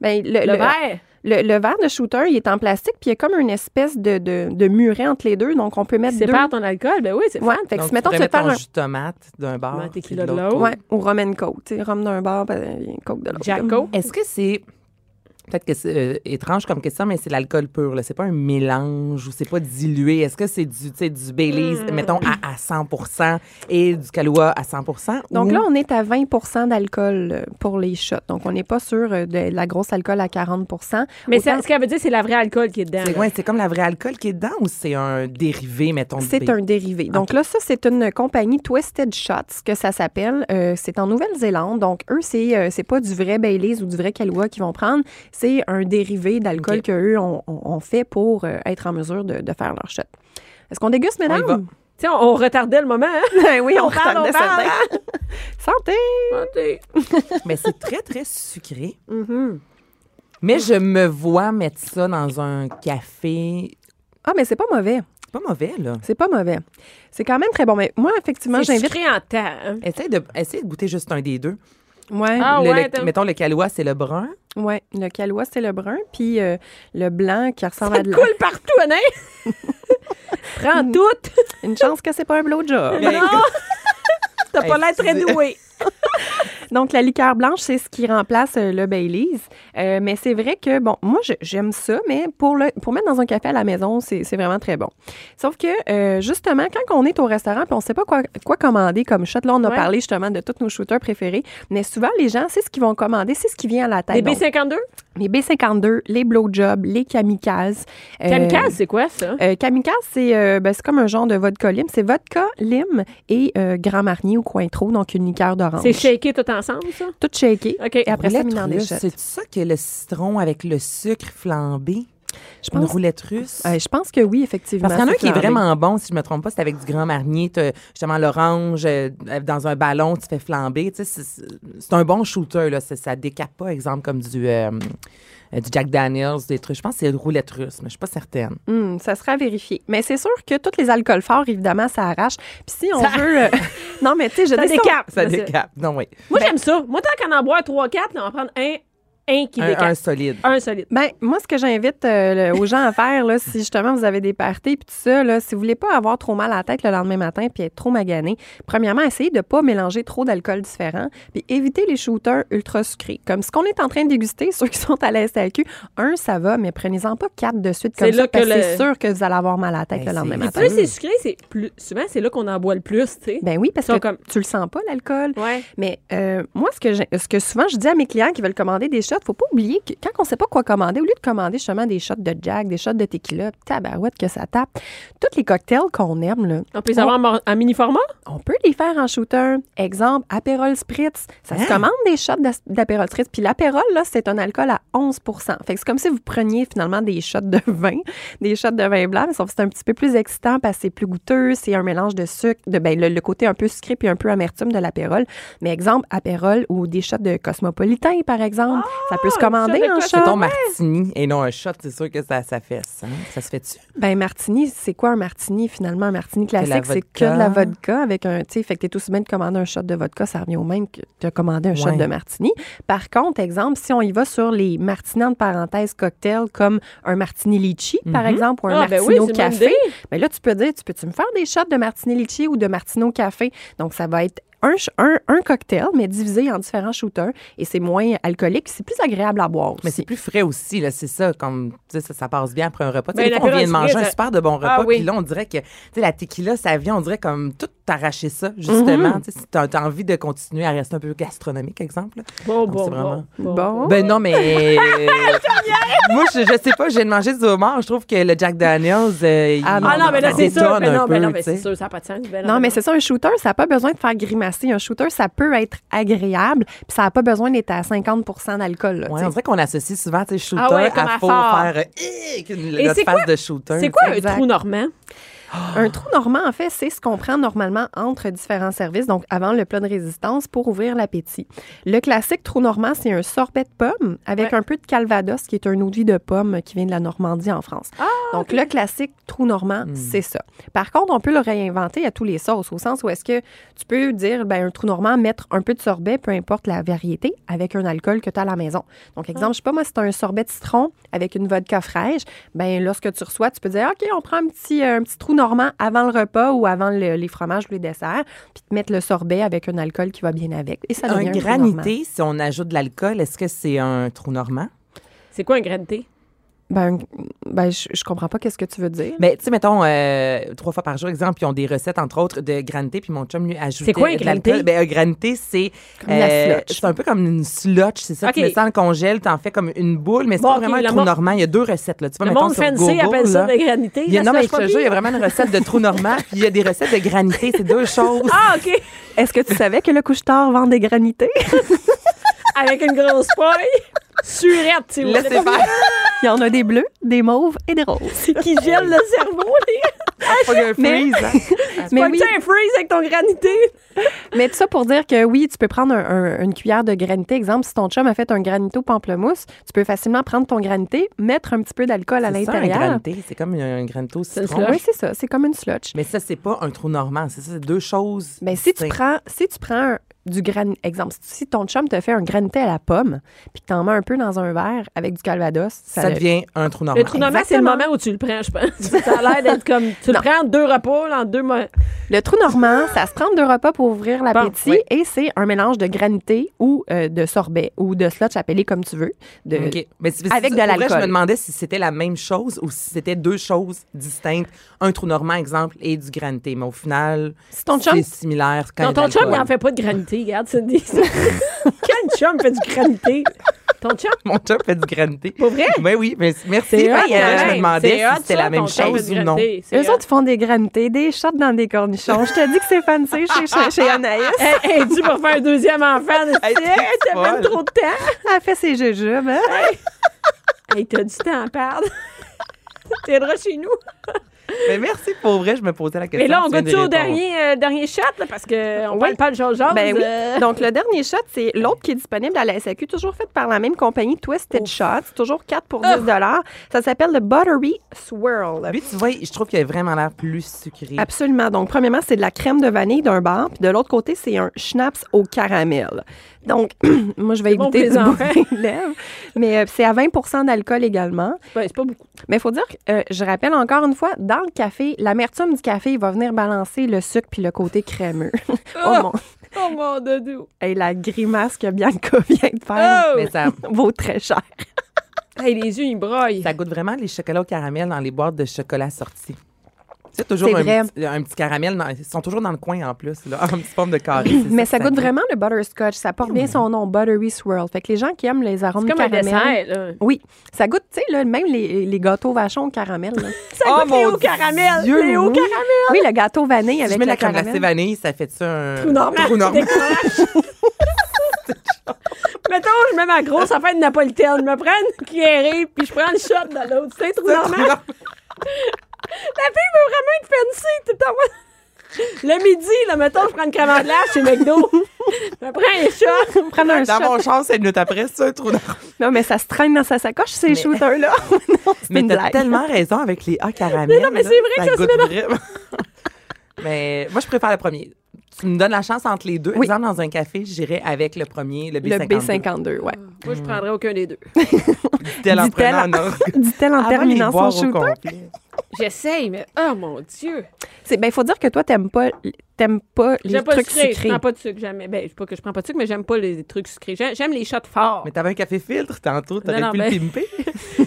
Speaker 4: Ben,
Speaker 3: Le, verre.
Speaker 4: Le, le verre de shooter, il est en plastique, puis il y a comme une espèce de, de, de muret entre les deux. Donc, on peut
Speaker 3: Tu
Speaker 4: mettre deux...
Speaker 3: sépares ton alcool. Ben oui, c'est
Speaker 4: Ouais,
Speaker 3: fun.
Speaker 4: fait que
Speaker 5: Donc,
Speaker 4: si, mettons,
Speaker 5: tu
Speaker 4: tu veux
Speaker 5: mettre
Speaker 4: faire
Speaker 5: ton
Speaker 4: un...
Speaker 5: jus de tomate d'un bar.
Speaker 3: Un
Speaker 5: puis
Speaker 3: tequila de
Speaker 5: l'autre.
Speaker 3: l'autre.
Speaker 4: Ouais, ou rum and coke. tu sais, Rhum d'un bar, ben, coke de l'autre.
Speaker 3: Jacko.
Speaker 5: Est-ce que c'est. Peut-être que c'est euh, étrange comme question, mais c'est l'alcool pur. là. C'est pas un mélange ou c'est pas dilué. Est-ce que c'est du, tu sais, du Baileys,
Speaker 3: Hmm.
Speaker 5: mettons, à, à 100 et du Kahlua à 100
Speaker 4: Donc
Speaker 5: ou-
Speaker 4: là, on est à 20 d'alcool euh, pour les shots. Donc, on n'est pas sûr euh, de la grosse alcool à 40
Speaker 3: Mais
Speaker 4: Autant-
Speaker 3: ça, ce qu'elle veut dire, c'est la vraie alcool qui est dedans.
Speaker 5: c'est
Speaker 3: là.
Speaker 5: ouais, c'est comme la vraie alcool qui est dedans ou c'est un dérivé, mettons, de
Speaker 4: C'est
Speaker 5: Baileys?
Speaker 4: un dérivé. Donc là, ça, c'est une compagnie Twisted Shots, que ça s'appelle. Euh, c'est en Nouvelle-Zélande. Donc, eux, c'est euh, c'est pas du vrai Baileys ou du vrai Kahlua qu'ils vont prendre. C'est un dérivé d'alcool
Speaker 5: Ok.
Speaker 4: qu'eux ont, ont- ont fait pour euh, être en mesure de, de faire leur shot. Est-ce qu'on déguste,
Speaker 5: y
Speaker 4: mesdames?
Speaker 5: va.
Speaker 3: Tu sais, on, on retardait le moment. Hein?
Speaker 4: Ben oui, on,
Speaker 3: On parle,
Speaker 4: retardait
Speaker 3: on parle.
Speaker 4: certains. Santé!
Speaker 5: Mais c'est très, très sucré.
Speaker 3: Mm-hmm.
Speaker 5: Mais je me vois mettre ça dans un café.
Speaker 4: Ah, mais c'est pas mauvais.
Speaker 5: C'est pas mauvais, là.
Speaker 4: C'est pas mauvais. C'est quand même très bon. Mais moi, effectivement,
Speaker 3: C'est
Speaker 4: j'invite.
Speaker 3: sucré en temps. hein.
Speaker 5: Essaye de, essaye de goûter juste un des deux.
Speaker 4: Ouais,
Speaker 3: Ah
Speaker 5: Le- le-
Speaker 3: ouais, t'as-
Speaker 5: mettons, le Kahlua, c'est le brun.
Speaker 4: ouais. Le calois, c'est le brun, puis euh, le blanc qui ressemble à de la-
Speaker 3: Coule partout, hein? Prends tout.
Speaker 4: Une chance que c'est pas un
Speaker 3: Ah,
Speaker 4: blowjob.
Speaker 5: Mais-
Speaker 3: T'as pas
Speaker 5: Hey,
Speaker 3: l'air très
Speaker 5: excusez.
Speaker 3: doué.
Speaker 4: Donc, la liqueur blanche, c'est ce qui remplace euh, le Baileys. Euh, mais c'est vrai que, bon, moi, je- j'aime ça, mais pour, le, pour mettre dans un café à la maison, c'est c'est vraiment très bon. Sauf que, euh, justement, quand on est au restaurant puis on ne sait pas quoi, quoi commander comme shot, là, on a
Speaker 3: Ouais.
Speaker 4: parlé justement de tous nos shooters préférés, mais souvent, les gens, c'est ce qu'ils vont commander, c'est ce qui vient à la tête.
Speaker 3: Les
Speaker 4: Donc,
Speaker 3: B52?
Speaker 4: les B52, les blowjobs, les kamikazes. euh,
Speaker 3: Kamikaze, c'est quoi ça?
Speaker 4: euh, kamikaze, c'est euh, ben, c'est comme un genre de vodka lime. C'est vodka, lime et euh, Grand Marnier ou Cointreau, donc une liqueur d'orange.
Speaker 3: C'est shaké tout ensemble, ça?
Speaker 4: Tout shaké.
Speaker 3: OK.
Speaker 4: Et après ça,
Speaker 5: Roulette
Speaker 4: mis dans des
Speaker 5: russe,
Speaker 4: shots.
Speaker 5: C'est ça que le citron avec le sucre flambé?
Speaker 4: Je
Speaker 5: Une
Speaker 4: pense,
Speaker 5: roulette russe?
Speaker 4: euh, je pense que oui, effectivement.
Speaker 5: Parce qu'il y en a un qui est
Speaker 4: c'est flambé.
Speaker 5: vraiment bon, si je me trompe pas, c'est avec du grand marnier, t'as justement l'orange euh, dans un ballon, tu fais flamber. Tu sais, c'est- c'est c'est un bon shooter, là. C'est- Ça décape pas, exemple, comme du, euh, euh, du Jack Daniels, des trucs. Je pense que c'est une roulette russe, mais je suis pas certaine.
Speaker 4: Hum, ça sera vérifié. Mais c'est sûr que tous les alcools forts, évidemment, ça arrache. Puis si on
Speaker 3: Ça-
Speaker 4: veut. euh, non, mais tu sais, je
Speaker 3: Ça
Speaker 4: dis
Speaker 3: décape. ça.
Speaker 5: Ça décape. Non, oui.
Speaker 3: Moi,
Speaker 4: Ben-
Speaker 3: j'aime ça. Moi, tant qu'en en boire 3-4, on va prendre un, un qui
Speaker 5: Un, un
Speaker 3: décape.
Speaker 5: solide.
Speaker 3: Un solide.
Speaker 4: Ben, moi, ce que j'invite euh, le- aux gens à faire, là, si justement vous avez des parties puis tout ça, là, si vous voulez pas avoir trop mal à la tête le lendemain matin puis être trop magané, premièrement, essayez de pas mélanger trop d'alcool différent puis évitez les shooters ultra sucrés. Comme ce qu'on est en train de déguster, ceux qui sont à la SAQ, un, ça va, mais prenez-en pas quatre de suite comme
Speaker 3: C'est
Speaker 4: ça
Speaker 3: là
Speaker 4: parce
Speaker 3: que
Speaker 4: que c'est
Speaker 3: le-
Speaker 4: sûr que vous allez avoir mal à la tête
Speaker 5: Ben,
Speaker 4: le lendemain matin.
Speaker 5: c'est-
Speaker 3: Plus c'est sucré, c'est plus. Souvent, c'est là qu'on en boit le plus, tu sais.
Speaker 4: Ben oui, parce
Speaker 3: Ils
Speaker 4: que
Speaker 3: sont comme-
Speaker 4: tu le sens pas, l'alcool.
Speaker 3: Ouais.
Speaker 4: Mais euh, moi, ce que, j'ai- ce que souvent je dis à mes clients qui veulent commander des shots, faut pas oublier que quand on sait pas quoi commander, au lieu de commander justement des shots de Jack, des shots de tequila, tabarouette que ça tape, tous les cocktails qu'on aime, là,
Speaker 3: On peut les avoir en mor- en mini format?
Speaker 4: on peut les faire en shooter. Exemple, Aperol Spritz. Ça
Speaker 5: Hein?
Speaker 4: se commande des shots d'as- d'Aperol Spritz. Puis l'Aperol, là, c'est un alcool à 11 Fait que c'est comme si vous preniez finalement des shots de vin, des shots de vin blanc, mais sauf que c'est un petit peu plus excitant parce que c'est plus goûteux, c'est un mélange de sucre, de ben, le, le côté un peu sucré puis un peu amertume de l'Aperol. Mais exemple, Aperol ou des shots de Cosmopolitain, par exemple. ça peut se
Speaker 3: un shot
Speaker 5: Ah,
Speaker 4: commander
Speaker 3: de
Speaker 4: en
Speaker 3: Cos-
Speaker 4: shot.
Speaker 5: C'est ton martini et non un shot, c'est sûr que ça, ça fait ça. Ça se fait-tu?
Speaker 4: Ben martini, c'est quoi un martini finalement? Un martini
Speaker 5: la
Speaker 4: classique, c'est que
Speaker 5: vodka.
Speaker 4: de la vodka avec un, tu sais, fait que t'es aussi bien de commander un shot de vodka, ça revient au même que de commander un shot
Speaker 5: Ouais.
Speaker 4: de martini. Par contre, exemple, si on y va sur les martinants de parenthèse cocktail comme un martini litchi, par
Speaker 5: Mhm.
Speaker 4: exemple, ou un
Speaker 3: Ah, ben
Speaker 4: martini
Speaker 3: oui,
Speaker 4: au
Speaker 3: c'est une bonne
Speaker 4: café,
Speaker 3: idée.
Speaker 4: ben là, tu peux dire, tu peux-tu me faire des shots de martini litchi ou de martini au café? Donc, ça va être un, ch- un, un cocktail, mais divisé en différents shooters. Et c'est moins alcoolique. C'est plus agréable à boire.
Speaker 5: Mais
Speaker 4: aussi.
Speaker 5: c'est plus frais aussi, là, c'est ça. Comme, tu sais, ça, ça passe bien après un repas. Tu
Speaker 3: Ben,
Speaker 5: sais, des fois, on
Speaker 3: l'apéro
Speaker 5: vient de manger
Speaker 3: spritz,
Speaker 5: un
Speaker 3: ça-
Speaker 5: super de bon repas.
Speaker 3: Ah oui.
Speaker 5: Puis là, on dirait que, tu sais, la tequila, ça vient, on dirait comme tout arracher ça, justement.
Speaker 3: Mhm.
Speaker 5: Tu sais, si t'as t'as envie de continuer à rester un peu gastronomique, exemple.
Speaker 3: Bon,
Speaker 5: Donc,
Speaker 3: bon,
Speaker 5: Ah, c'est
Speaker 3: bon,
Speaker 5: vraiment-
Speaker 3: bon.
Speaker 4: Bon.
Speaker 5: Ben non, mais. Moi, je, je sais pas, j'ai mangé du homard. Je trouve que le Jack Daniels. euh, il-
Speaker 4: Ah
Speaker 3: Ah non, mais là,
Speaker 5: il
Speaker 3: c'est sûr.
Speaker 5: détonne
Speaker 3: Mais
Speaker 5: un
Speaker 3: non, mais
Speaker 5: peu,
Speaker 3: non, mais
Speaker 5: tu sais.
Speaker 3: c'est sûr, ça n'a pas de sens. Ben
Speaker 4: Non, mais c'est ça, un shooter, ça n'a pas besoin de faire grimacer. Un shooter, ça peut être agréable, puis ça n'a pas besoin d'être à 50 d'alcool. là, tu
Speaker 5: Ouais,
Speaker 4: sais.
Speaker 5: on dirait qu'on associe souvent, tu sais, shooter
Speaker 3: Ah ouais, comme à
Speaker 5: à faux
Speaker 3: fort.
Speaker 5: faire euh, hic, une-
Speaker 3: Et
Speaker 5: notre
Speaker 3: c'est
Speaker 5: face
Speaker 3: quoi-
Speaker 5: de shooter.
Speaker 3: C'est quoi
Speaker 5: tu sais.
Speaker 3: un
Speaker 4: exact.
Speaker 3: trou normand? oh.
Speaker 4: Un trou normand, en fait, c'est ce qu'on prend normalement entre différents services, donc avant le plat de résistance, pour ouvrir l'appétit. Le classique trou normand, c'est un sorbet de pomme avec
Speaker 3: Ouais.
Speaker 4: un peu de calvados, qui est un eau de vie de pomme qui vient de la Normandie en France. donc, le classique trou normand, c'est ça. Par contre, on peut le réinventer à tous les sauces, au sens où est-ce que tu peux dire, ben, un trou normand, mettre un peu de sorbet, peu importe la variété, avec un alcool que tu as à la maison. Donc, exemple, je sais pas, moi, si tu un sorbet de citron avec une vodka fraîche, ben, lorsque tu reçois, tu peux dire, OK, on prend un petit, euh, un petit trou normand avant le repas ou avant le- les fromages ou les desserts, puis te mettre le sorbet avec un alcool qui va bien avec. Et ça devient un,
Speaker 5: Un
Speaker 4: trou normand.
Speaker 5: granité, si on ajoute de l'alcool, est-ce que c'est un trou normand?
Speaker 3: C'est quoi un grain de thé?
Speaker 4: Ben, ben, je, je comprends pas qu'est-ce que tu veux dire.
Speaker 5: Mais tu sais, mettons, euh, trois fois par jour, exemple, ils ont des recettes, entre autres, de granité, puis mon chum lui ajoute.
Speaker 3: C'est quoi un granité?
Speaker 5: Ben, un granité, c'est. euh,
Speaker 4: Comme la slotch.
Speaker 5: C'est un peu comme une slotch, c'est ça.
Speaker 3: Ok.
Speaker 5: Tu mets ça en congèle, t'en fais comme une boule, mais c'est
Speaker 3: Bon,
Speaker 5: pas
Speaker 3: ok,
Speaker 5: vraiment un
Speaker 3: le
Speaker 5: trou
Speaker 3: monde-
Speaker 5: normand. Il y a deux recettes, là. Tu vois,
Speaker 3: Le
Speaker 5: mettons,
Speaker 3: monde
Speaker 5: sur
Speaker 3: fancy
Speaker 5: Google,
Speaker 3: appelle ça
Speaker 5: là.
Speaker 3: des granités.
Speaker 5: Il y a,
Speaker 3: la
Speaker 5: non, mais je
Speaker 3: slush
Speaker 5: te jure, il y a vraiment une recette de trou normand, puis il y a des recettes de granité. C'est deux choses.
Speaker 3: Ah, OK.
Speaker 4: Est-ce que tu savais que le couche-tard vend des granités?
Speaker 3: Avec une grosse feuille. Surette, tu vois.
Speaker 5: Laissez faire.
Speaker 4: Il y en a des bleus, des mauves et des roses.
Speaker 3: C'est qui gèle le cerveau, les gars.
Speaker 5: Pas un
Speaker 4: Mais-
Speaker 5: freeze, hein.
Speaker 3: Pas que t'aies un freeze avec ton granité.
Speaker 4: Mais tout ça pour dire que oui, tu peux prendre un- un- une cuillère de granité. Exemple, si ton chum a fait un granito pamplemousse, tu peux facilement prendre ton granité, mettre un petit peu d'alcool à
Speaker 5: C'est ça, un
Speaker 4: l'intérieur.
Speaker 5: granité. C'est comme un granito au
Speaker 3: une
Speaker 5: citron.
Speaker 3: slotch.
Speaker 4: Oui, c'est ça. C'est comme une slotch.
Speaker 5: Mais ça, c'est pas un trou normand. C'est ça, c'est deux choses.
Speaker 4: Mais si tu
Speaker 5: distinctes.
Speaker 4: prends, si tu prends un- du gran, exemple, si ton chum te fait un granité à la pomme, puis que t'en mets un peu dans un verre avec du calvados, ça,
Speaker 5: Ça
Speaker 4: le-
Speaker 5: devient un trou normand.
Speaker 3: Le trou normand, c'est le
Speaker 4: Exactement.
Speaker 3: moment où tu le prends, je pense. Ça a l'air d'être comme. Tu le prends en deux repas, là, en deux mois.
Speaker 4: Le trou normand, ça se prend deux repas pour ouvrir l'appétit
Speaker 5: Bon,
Speaker 4: et c'est un mélange de granité ou euh, de sorbet ou de slotch appelé comme tu veux. De,
Speaker 5: OK. Mais c'est-
Speaker 4: Avec
Speaker 5: c'est-
Speaker 4: de
Speaker 5: pour vrai,
Speaker 4: l'alcool.
Speaker 5: Je me demandais si c'était la même chose ou si c'était deux choses distinctes. Un trou normand, exemple, et du granité. Mais au final,
Speaker 4: Si ton chum-
Speaker 5: c'est similaire. Quand
Speaker 3: Non,
Speaker 5: il y a
Speaker 3: ton
Speaker 5: de
Speaker 3: chum, il
Speaker 5: l'alcool.
Speaker 3: n'en fait pas de granité, regarde, Cindy. Quel chum fait du granité? Ton chum?
Speaker 5: Mon chum fait du granité.
Speaker 3: Pour vrai?
Speaker 5: Ben oui, mais merci.
Speaker 3: C'est
Speaker 5: Ben,
Speaker 3: hot,
Speaker 5: euh, je
Speaker 3: pareil.
Speaker 5: me demandais
Speaker 3: C'est hot,
Speaker 5: si c'était
Speaker 3: ça,
Speaker 5: la même
Speaker 3: ton chum
Speaker 5: chose
Speaker 3: fait du
Speaker 5: ou non.
Speaker 3: granité. C'est
Speaker 4: Eux
Speaker 3: hot.
Speaker 4: autres font des granités, des shots dans des cornichons. Je te dis que c'est fancy chez, chez, chez Anaïs.
Speaker 3: Hey, hey, tu pour faire un deuxième enfant.
Speaker 5: Hey, t'es
Speaker 3: Hey, T'as même
Speaker 5: folle.
Speaker 3: trop de temps.
Speaker 4: Elle fait ses jujubes. hein?
Speaker 3: Hey, t'as du temps à perdre. T'aideras chez nous.
Speaker 5: Mais Ben merci pour vrai, je me posais la question.
Speaker 3: Mais là, on
Speaker 5: tu viens
Speaker 3: va-tu
Speaker 5: de
Speaker 3: au
Speaker 5: répondre.
Speaker 3: dernier, euh, dernier shot, là, parce qu'on
Speaker 4: Oui.
Speaker 3: parle pas de Jean-Jean.
Speaker 4: Ben oui.
Speaker 3: euh,
Speaker 4: Donc, le dernier shot, c'est l'autre qui est disponible à la SAQ, toujours fait par la même compagnie, Twisted Shot. C'est toujours 4 pour 10 Ça s'appelle le Buttery Swirl.
Speaker 5: Lui, tu vois, je trouve qu'il a vraiment l'air plus sucré.
Speaker 3: Ah,
Speaker 4: Absolument. Donc, premièrement, c'est de la crème de vanille d'un bar, puis de l'autre côté, c'est un schnapps au caramel. Donc, moi, je vais
Speaker 3: bon
Speaker 4: éviter
Speaker 3: pour les
Speaker 4: de bourrer les lèvres, mais euh, c'est à 20 d'alcool également.
Speaker 3: Ben, c'est pas beaucoup.
Speaker 4: Mais il faut dire, que, euh, je rappelle encore une fois, dans le café, l'amertume du café, il va venir balancer le sucre puis le côté crémeux. oh mon...
Speaker 3: Oh mon dieu.
Speaker 4: Hey, la grimace que Bianca vient de faire
Speaker 3: Oh!
Speaker 5: Mais ça,
Speaker 4: vaut très cher.
Speaker 3: Hey, les yeux, ils broyent.
Speaker 5: ça goûte vraiment les chocolats au caramel dans les boîtes de chocolat sortis. C'est toujours
Speaker 4: C'est
Speaker 5: un
Speaker 4: vrai.
Speaker 5: petit, un petit caramel. dans- ils sont toujours dans le coin en plus, là, en petite forme de carré. c'est
Speaker 4: Mais
Speaker 5: que
Speaker 4: ça goûte vraiment le butterscotch. Ça porte bien son nom, Buttery Swirl. Fait que les gens qui aiment les arômes
Speaker 3: C'est comme un
Speaker 4: caramel...
Speaker 3: dessert, là.
Speaker 4: Oui, ça goûte, tu sais, là, même les, les gâteaux vachons au caramel. là.
Speaker 3: Ça
Speaker 5: Oh,
Speaker 3: goûte les
Speaker 5: mon
Speaker 3: hauts caramel.
Speaker 5: Dieu,
Speaker 3: Les hauts
Speaker 5: oui.
Speaker 3: caramel.
Speaker 4: oui, le gâteau vanille
Speaker 5: Si
Speaker 4: avec
Speaker 5: je
Speaker 4: le
Speaker 5: mets de la crème
Speaker 4: caramel.
Speaker 5: glacée vanille, ça fait ça un.
Speaker 3: Trou normand.
Speaker 5: Trou normand.
Speaker 3: Mettons, je mets ma grosse affaire de napolitaine. Je me prends une cuillerée, puis je prends le shot dans l'autre. C'est trop normal.
Speaker 5: normand.
Speaker 3: La fille veut vraiment être fancy. Tout le temps. Le midi, là, mettons, je prends une crème glace chez McDo. Je me prends un shot.
Speaker 4: Prendre un
Speaker 5: Dans
Speaker 4: shot.
Speaker 5: mon char, c'est une minute après, c'est un trou normand.
Speaker 4: Non, mais ça se traîne dans sa sacoche, ces shooters-là. Non, c'est
Speaker 5: Mais
Speaker 4: une
Speaker 5: t'as
Speaker 4: blague.
Speaker 5: tellement raison avec les A caramel.
Speaker 3: non, mais
Speaker 5: là,
Speaker 3: c'est vrai que ça se
Speaker 5: goûte
Speaker 3: met dans-
Speaker 5: vraiment. mais moi, je préfère le premier. Tu me donnes la chance entre les deux.
Speaker 4: Oui.
Speaker 5: Exemple, dans un café, j'irai avec le premier, le
Speaker 4: Le
Speaker 5: B52.
Speaker 4: B52, ouais.
Speaker 3: Moi, je prendrais aucun des deux.
Speaker 5: Dit-elle en
Speaker 4: Dit-elle
Speaker 5: prenant
Speaker 4: en,
Speaker 5: un autre.
Speaker 4: dit-elle en
Speaker 5: Avant de les
Speaker 4: terminant son
Speaker 5: boire au
Speaker 4: shooter.
Speaker 5: complet.
Speaker 3: J'essaye, mais oh mon Dieu!
Speaker 4: C'est, ben, faut dire que toi, t'aimes pas, t'aimes pas les
Speaker 3: J'aime pas le
Speaker 4: trucs
Speaker 3: sucré. Je
Speaker 4: sucrés.
Speaker 3: prends pas de sucre, jamais. Ben, c'est pas que je prends pas de sucre, mais j'aime pas les trucs sucrés. J'aime, j'aime les shots forts.
Speaker 5: Mais t'avais un café filtre tantôt, t'aurais
Speaker 3: Non, non,
Speaker 5: pu
Speaker 3: mais-
Speaker 5: le pimper.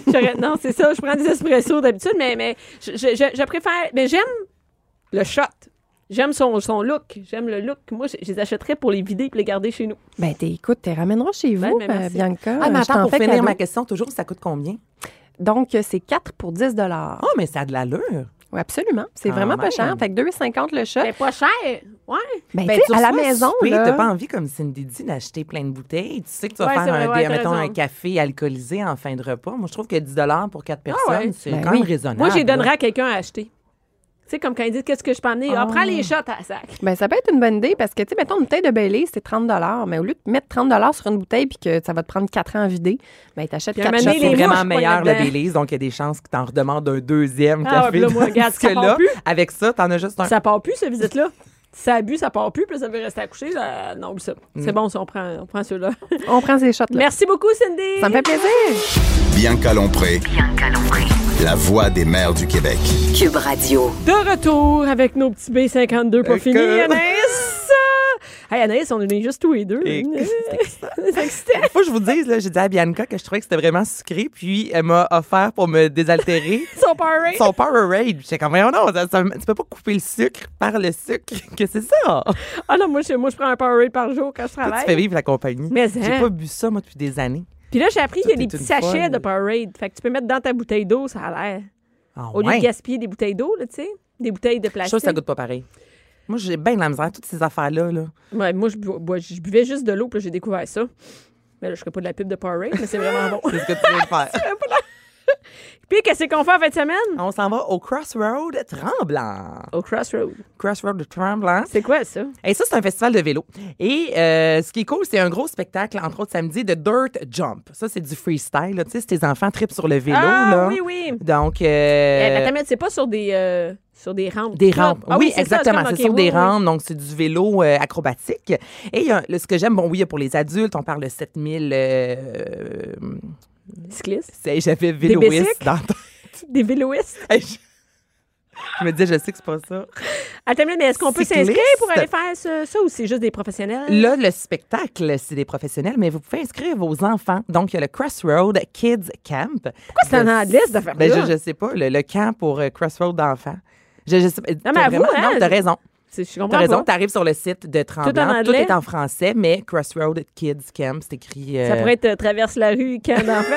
Speaker 3: J'aurais- non, c'est ça, je prends des espressos d'habitude, mais, mais je, je- je- je préfère. Mais j'aime le shot. J'aime son, son look. J'aime le look. Moi, je, je les achèterais pour les vider et les garder chez nous.
Speaker 4: Ben, t'es- écoute, t'es ramèneras chez vous,
Speaker 3: ben,
Speaker 4: euh,
Speaker 3: merci.
Speaker 4: Bianca.
Speaker 5: Ah, mais
Speaker 4: Euh, je t'en
Speaker 5: attends, pour
Speaker 4: fais
Speaker 5: finir
Speaker 4: cadeau.
Speaker 5: ma question, toujours, ça coûte combien?
Speaker 4: Donc, euh, c'est 4 pour 10 dollars. Ah,
Speaker 5: Oh, mais ça a de l'allure.
Speaker 4: Oui, absollement. Ah, C'est
Speaker 5: Quand
Speaker 4: vraiment pas
Speaker 5: même.
Speaker 4: cher. Fait que 2,50 le shot.
Speaker 3: Mais pas cher. Ouais.
Speaker 4: Ben,
Speaker 5: Ben,
Speaker 4: tu sais,
Speaker 5: tu
Speaker 4: à la
Speaker 5: reçois un
Speaker 4: maison,
Speaker 5: souper,
Speaker 4: là.
Speaker 5: T'as pas envie, comme Cindy dit, d'acheter plein de bouteilles. Tu sais que tu vas
Speaker 3: Ouais, c'est
Speaker 5: faire un,
Speaker 3: vrai, ouais,
Speaker 5: dé- mettons,
Speaker 3: t'as
Speaker 5: un
Speaker 3: raison.
Speaker 5: café alcoolisé en fin de repas. Moi, je trouve que 10 pour 4 personnes,
Speaker 3: Ah ouais.
Speaker 5: c'est
Speaker 4: Ben
Speaker 5: quand
Speaker 4: oui.
Speaker 5: même raisonnable.
Speaker 3: Moi, je les donnerais
Speaker 5: là.
Speaker 3: à quelqu'un à acheter. Tu sais, comme quand ils disent qu'est-ce que je peux emmener. Ah, prends les shots à la sac.
Speaker 4: Ben, ça peut être une bonne idée parce que, tu sais, mettons, une bouteille de Bailey, c'est 30 Mais au lieu de mettre 30 sur une bouteille puis que ça va te prendre 4 ans à vider, ben, t'achètes
Speaker 3: Puis à un
Speaker 4: 4
Speaker 3: moment
Speaker 4: shots.
Speaker 3: donné,
Speaker 5: C'est
Speaker 3: les
Speaker 5: vraiment
Speaker 3: mouches,
Speaker 5: meilleur,
Speaker 3: moi,
Speaker 5: le
Speaker 3: là-dedans.
Speaker 5: Baileys, donc il y a des chances que t'en redemandes un deuxième
Speaker 3: Ah,
Speaker 5: café.
Speaker 3: ouais, là, moi, regarde,
Speaker 5: Parce
Speaker 3: ça
Speaker 5: que
Speaker 3: part
Speaker 5: là,
Speaker 3: plus.
Speaker 5: avec ça, t'en as juste un.
Speaker 3: Ça part plus, cette visite-là. Ça bu, ça part plus, puis ça veut rester accouché. là, non, oublie ça.
Speaker 4: Mm.
Speaker 3: C'est bon, ça, on prend, on prend ceux-là.
Speaker 4: On prend ces shots-là.
Speaker 3: Merci beaucoup, Cindy.
Speaker 4: Ça me fait plaisir.
Speaker 2: Bianca Lompré,
Speaker 1: Bianca Lompré.
Speaker 2: la voix des mères du Québec.
Speaker 1: Cube Radio.
Speaker 3: De retour avec nos petits B52 pas
Speaker 5: Et
Speaker 3: finis,
Speaker 5: Euh, que-
Speaker 3: Anaïs! Hey Anaïs, on en est juste tous les deux. hein.
Speaker 5: Et que-
Speaker 3: C'est excitant.
Speaker 5: Faut que je vous dise, là, j'ai dit à Bianca que je trouvais que c'était vraiment sucré, puis elle m'a offert pour me désaltérer
Speaker 3: Ils sont pas arrêts.
Speaker 5: son Powerade. J'étais comme, voyons non, ça- ça- tu peux pas couper le sucre par le sucre. Que c'est ça?
Speaker 3: Ah non, moi je, moi, je prends un Powerade par jour quand je
Speaker 5: Toi, tu fais
Speaker 3: travaille.
Speaker 5: vivre la compagnie.
Speaker 3: Mais, hein.
Speaker 5: J'ai pas bu ça, moi, depuis des années.
Speaker 3: Puis là, j'ai appris qu'il y a
Speaker 5: Tout
Speaker 3: des
Speaker 5: est
Speaker 3: petits
Speaker 5: une
Speaker 3: sachets
Speaker 5: folle.
Speaker 3: de Powerade. Fait que tu peux mettre dans ta bouteille d'eau, ça a l'air.
Speaker 5: Ah,
Speaker 3: Au lieu
Speaker 5: ouais.
Speaker 3: de gaspiller des bouteilles d'eau, là, tu sais. Des bouteilles de
Speaker 5: Je
Speaker 3: plastique.
Speaker 5: trouve que ça goûte pas pareil. Moi, j'ai bien de la misère, toutes ces affaires-là. Là.
Speaker 3: Ouais, moi, je, bu- bois- je buvais juste de l'eau, puis là, j'ai découvert ça. Mais là, je ferai pas de la pub de Powerade, mais c'est vraiment bon.
Speaker 5: C'est ce que tu viens de faire.
Speaker 3: Puis qu'est-ce qu'on fait en fin de semaine?
Speaker 5: On s'en va au Crossroad Tremblant.
Speaker 3: Au Crossroad.
Speaker 5: Crossroad Tremblant.
Speaker 3: C'est quoi ça?
Speaker 5: Et ça, c'est un festival de vélo. Et euh, ce qui est cool, c'est un gros spectacle, entre autres samedi, de Dirt Jump. Ça, c'est du freestyle. là. Tu sais, si tes enfants tripent sur le vélo.
Speaker 3: ah
Speaker 5: là.
Speaker 3: oui, oui.
Speaker 5: Donc. euh,
Speaker 3: Eh, attends, mais c'est pas sur des, euh, sur des rampes.
Speaker 5: Des
Speaker 3: plates.
Speaker 5: rampes.
Speaker 3: Ah
Speaker 5: oui,
Speaker 3: c'est ça,
Speaker 5: exactement.
Speaker 3: comme,
Speaker 5: C'est
Speaker 3: ok,
Speaker 5: sur
Speaker 3: oui,
Speaker 5: des
Speaker 3: oui.
Speaker 5: rampes, donc c'est du vélo euh, acrobatique. Et il y a- le- ce que j'aime, bon, oui, il y a pour les adultes, on parle de 7000. Euh,
Speaker 3: Cyclistes.
Speaker 5: c'est- J'avais véloïste
Speaker 3: bicycles?
Speaker 5: dans ton-
Speaker 3: Des véloistes.
Speaker 5: Hey, je... je me disais, je sais que c'est pas
Speaker 3: Euh.
Speaker 5: ça.
Speaker 3: Attends, mais est-ce qu'on peut
Speaker 5: Cyclistes.
Speaker 3: s'inscrire pour aller faire ce- ça ou c'est juste des professionnels?
Speaker 5: Là, le spectacle, c'est des professionnels, mais vous pouvez inscrire vos enfants. Donc, il y a le Crossroad Kids Camp. Pourquoi
Speaker 3: c'est en anglais, cette affaire-là?
Speaker 5: Ben, je, je sais pas, le, le camp pour euh, Crossroad d'enfants. Je, je sais pas.
Speaker 3: Non, mais
Speaker 5: T'as
Speaker 3: avoue,
Speaker 5: vraiment-
Speaker 3: hein,
Speaker 5: non, t'as
Speaker 3: je-
Speaker 5: raison.
Speaker 3: C'est- Je comprends
Speaker 5: T'as raison,
Speaker 3: pas.
Speaker 5: t'arrives sur le site de Tremblant. Tout,
Speaker 3: anglais.
Speaker 5: est en français, mais Crossroad Kids Camp, c'est écrit. euh,
Speaker 3: Ça pourrait être euh, traverse la rue, camp d'enfants.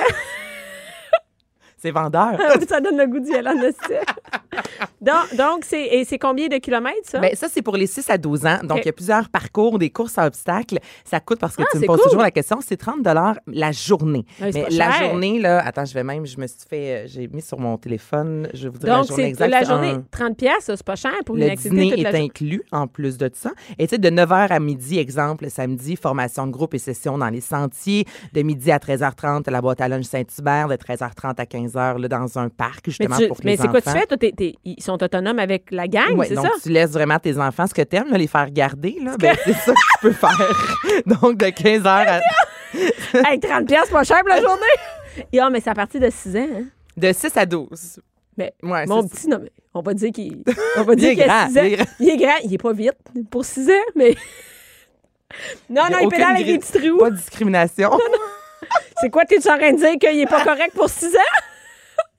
Speaker 5: C'est vendeur.
Speaker 3: ça donne le goût d'y aller en esti. Donc, donc c'est, et c'est combien de kilomètres, ça?
Speaker 5: Ben, ça, c'est pour les 6 à 12 ans. Donc,
Speaker 3: Ok.
Speaker 5: il y a plusieurs parcours, des courses à obstacles. Ça coûte, parce que
Speaker 3: Ah,
Speaker 5: tu
Speaker 3: c'est
Speaker 5: me poses
Speaker 3: cool.
Speaker 5: toujours la question, c'est 30 la journée.
Speaker 3: Ouais, c'est
Speaker 5: Mais
Speaker 3: pas
Speaker 5: la
Speaker 3: cher.
Speaker 5: journée, là, attends, je vais même, je me suis fait, euh, j'ai mis sur mon téléphone, je vous dirai
Speaker 3: donc,
Speaker 5: la journée
Speaker 3: c'est
Speaker 5: exacte.
Speaker 3: la
Speaker 5: c'est un-
Speaker 3: journée, 30 pièces, c'est pas cher pour une
Speaker 5: le
Speaker 3: activité
Speaker 5: dîner
Speaker 3: toute
Speaker 5: est
Speaker 3: la journée.
Speaker 5: inclus en plus de ça. Et tu sais, de 9h à midi, exemple, le samedi, formation de groupe et session dans les sentiers. De midi à 13h30, la boîte à lunch Saint-Hubert. De 13h30 à 15h, là, dans un parc,
Speaker 3: Mais,
Speaker 5: justement,
Speaker 3: tu-
Speaker 5: pour que
Speaker 3: mais
Speaker 5: les
Speaker 3: c'est quoi tu
Speaker 5: enfants-
Speaker 3: fais? Toi, t'es- t'es- ils sont autonomes avec la gang,
Speaker 5: Ouais,
Speaker 3: c'est
Speaker 5: donc
Speaker 3: ça?
Speaker 5: tu laisses vraiment tes enfants ce que t'aimes, là, les faire garder. Là, ben, c'est ça que tu peux faire. Donc, de 15h à...
Speaker 3: Hey, 30 pièces, pas cher pour la journée! Et, ah, mais c'est à partir de 6 ans, hein?
Speaker 5: De 6 à 12.
Speaker 3: Mais
Speaker 5: Ouais,
Speaker 3: mon
Speaker 5: Ah, c'est-
Speaker 3: petit, non, mais on va dire qu'il on va dire
Speaker 5: est
Speaker 3: qu'il a
Speaker 5: grand,
Speaker 3: six ans.
Speaker 5: il est grand.
Speaker 3: Il est grand, il est pas vite pour 6 ans, mais. Non, non, il
Speaker 5: aucune
Speaker 3: pédale avec
Speaker 5: gri-
Speaker 3: des petits trous.
Speaker 5: Pas de discrimination.
Speaker 3: C'est quoi, t'es en train de dire qu'il est pas correct pour 6 ans?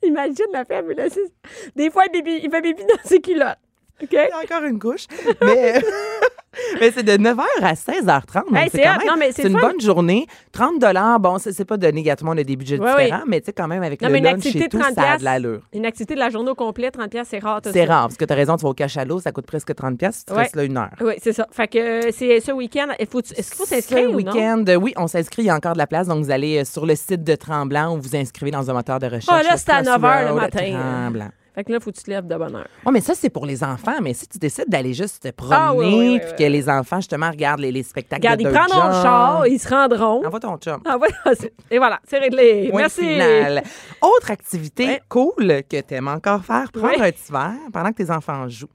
Speaker 3: Imagine la femme, là, c'est- Des fois, il, bébé- il fait bébé dans ses culottes. OK?
Speaker 5: Il y a encore une couche. Mais, mais c'est de 9h à 16h30. donc
Speaker 3: Hey,
Speaker 5: c'est
Speaker 3: c'est
Speaker 5: quand
Speaker 3: hot.
Speaker 5: même-
Speaker 3: Non, mais c'est
Speaker 5: c'est une
Speaker 3: fun.
Speaker 5: bonne journée. 30 bon, c'est c'est pas donné, gars, tout le monde a des budgets
Speaker 3: Ouais,
Speaker 5: différents, mais tu sais, quand même, avec
Speaker 3: Non,
Speaker 5: le
Speaker 3: mais une
Speaker 5: lunch
Speaker 3: activité
Speaker 5: et
Speaker 3: de
Speaker 5: tout,
Speaker 3: 30
Speaker 5: ça a de l'allure.
Speaker 3: Une activité de la journée au complet, 30 pièces, c'est rare, tout
Speaker 5: C'est
Speaker 3: ça.
Speaker 5: rare, parce que t'as raison, tu vas au cachalot, ça coûte presque 30 pièces, tu
Speaker 3: Ouais.
Speaker 5: restes là une heure.
Speaker 3: Oui, c'est ça. Fait que euh, c'est ce week-end. il faut- Est-ce qu'il faut s'inscrire
Speaker 5: Ce
Speaker 3: ou non?
Speaker 5: week-end, euh, oui, on s'inscrit, il y a encore de la place. Donc, vous allez euh, sur le site de Tremblant ou vous inscrivez dans un moteur de recherche.
Speaker 3: Ah, là,
Speaker 5: le
Speaker 3: c'est à 9 heures le
Speaker 5: Crossroad
Speaker 3: matin, là.
Speaker 5: Tremblant.
Speaker 3: Fait que là, faut que tu te lèves de bonne heure.
Speaker 5: Oh, mais ça, c'est pour les enfants. Mais si tu décides d'aller juste te promener,
Speaker 3: Ah, oui, oui, oui,
Speaker 5: puis
Speaker 3: oui,
Speaker 5: que les enfants, justement, regardent les, les spectacles
Speaker 3: Regarde,
Speaker 5: de
Speaker 3: ils
Speaker 5: Dirk
Speaker 3: prendront le
Speaker 5: John.
Speaker 3: char, ils se rendront.
Speaker 5: Envoie ton chum.
Speaker 3: Ah ouais, c'est- et voilà, c'est réglé.
Speaker 5: Point
Speaker 3: Merci.
Speaker 5: final. Autre activité
Speaker 3: Ouais.
Speaker 5: cool que tu aimes encore faire, prendre
Speaker 3: Ouais.
Speaker 5: un petit verre pendant que tes enfants jouent.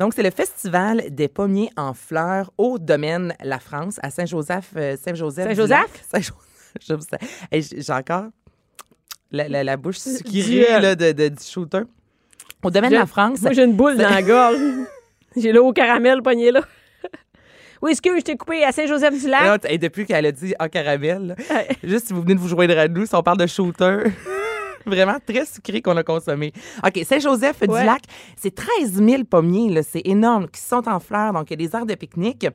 Speaker 5: Donc, c'est le Festival des pommiers en fleurs au domaine La France à Saint-Joseph. euh, Saint-Joseph.
Speaker 3: Saint-Joseph?
Speaker 5: Saint-Joseph. Je me sens- Hey, J'ai j'ai encore la, la- la bouche
Speaker 3: Dieu.
Speaker 5: sucrée là, de, de- du shooter. Au domaine de la France.
Speaker 3: Moi, j'ai une boule dans la gorge. J'ai l'eau au caramel pogné là. Oui, excuse, je t'ai coupé à Saint-Joseph-du-Lac.
Speaker 5: Et depuis qu'elle a dit en caramel, là, juste si vous venez de vous joindre à nous, si on parle de shooter. Vraiment très sucré qu'on a consommé. OK,
Speaker 3: Ouais.
Speaker 5: Saint-Joseph-du-Lac, c'est 13 000 pommiers, là, c'est énorme, qui sont en fleurs, donc il y a des aires de pique-nique.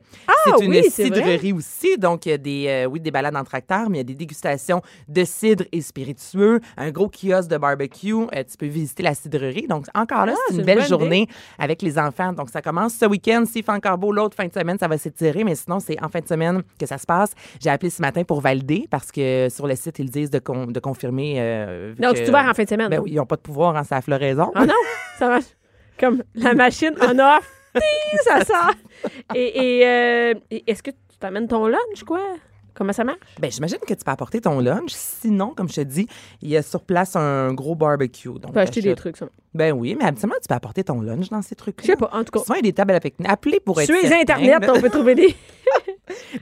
Speaker 5: c'est une
Speaker 3: Ah oui, c'est vrai.
Speaker 5: cidrerie aussi, donc il y a des, euh, oui, des balades en tracteur, mais il y a des dégustations de cidre et spiritueux, un gros kiosque de barbecue, euh, tu peux visiter la cidrerie. Donc encore là, c'est
Speaker 3: Ah, c'est
Speaker 5: une
Speaker 3: une
Speaker 5: belle
Speaker 3: bonne
Speaker 5: journée avec les enfants. Donc ça commence ce week-end, s'il fait encore beau, l'autre fin de semaine, ça va s'étirer, mais sinon c'est en fin de semaine que ça se passe. J'ai appelé ce matin pour valider parce que sur le site, ils disent de, con- de confirmer. euh, vu
Speaker 3: Donc,
Speaker 5: que-
Speaker 3: c'est ouvert en fin de semaine.
Speaker 5: Ben oui, ils n'ont pas de pouvoir en sa floraison.
Speaker 3: Ah non, ça marche. Comme la machine en off. Ting, ça sort. Et, et, euh, et est-ce que tu t'amènes ton lunch, quoi? Comment ça marche?
Speaker 5: Ben, j'imagine que tu peux apporter ton lunch. Sinon, comme je te dis, il y a sur place un gros barbecue. Donc,
Speaker 3: Tu peux acheter des
Speaker 5: t'achètes-
Speaker 3: trucs, ça.
Speaker 5: Ben oui, mais habituellement, tu peux apporter ton lunch dans ces trucs-là.
Speaker 3: Je sais pas, en tout cas.
Speaker 5: Souvent, il y a des tables à pique Appelez pour être
Speaker 3: Sur les
Speaker 5: certain,
Speaker 3: Internet,
Speaker 5: là.
Speaker 3: on peut trouver des.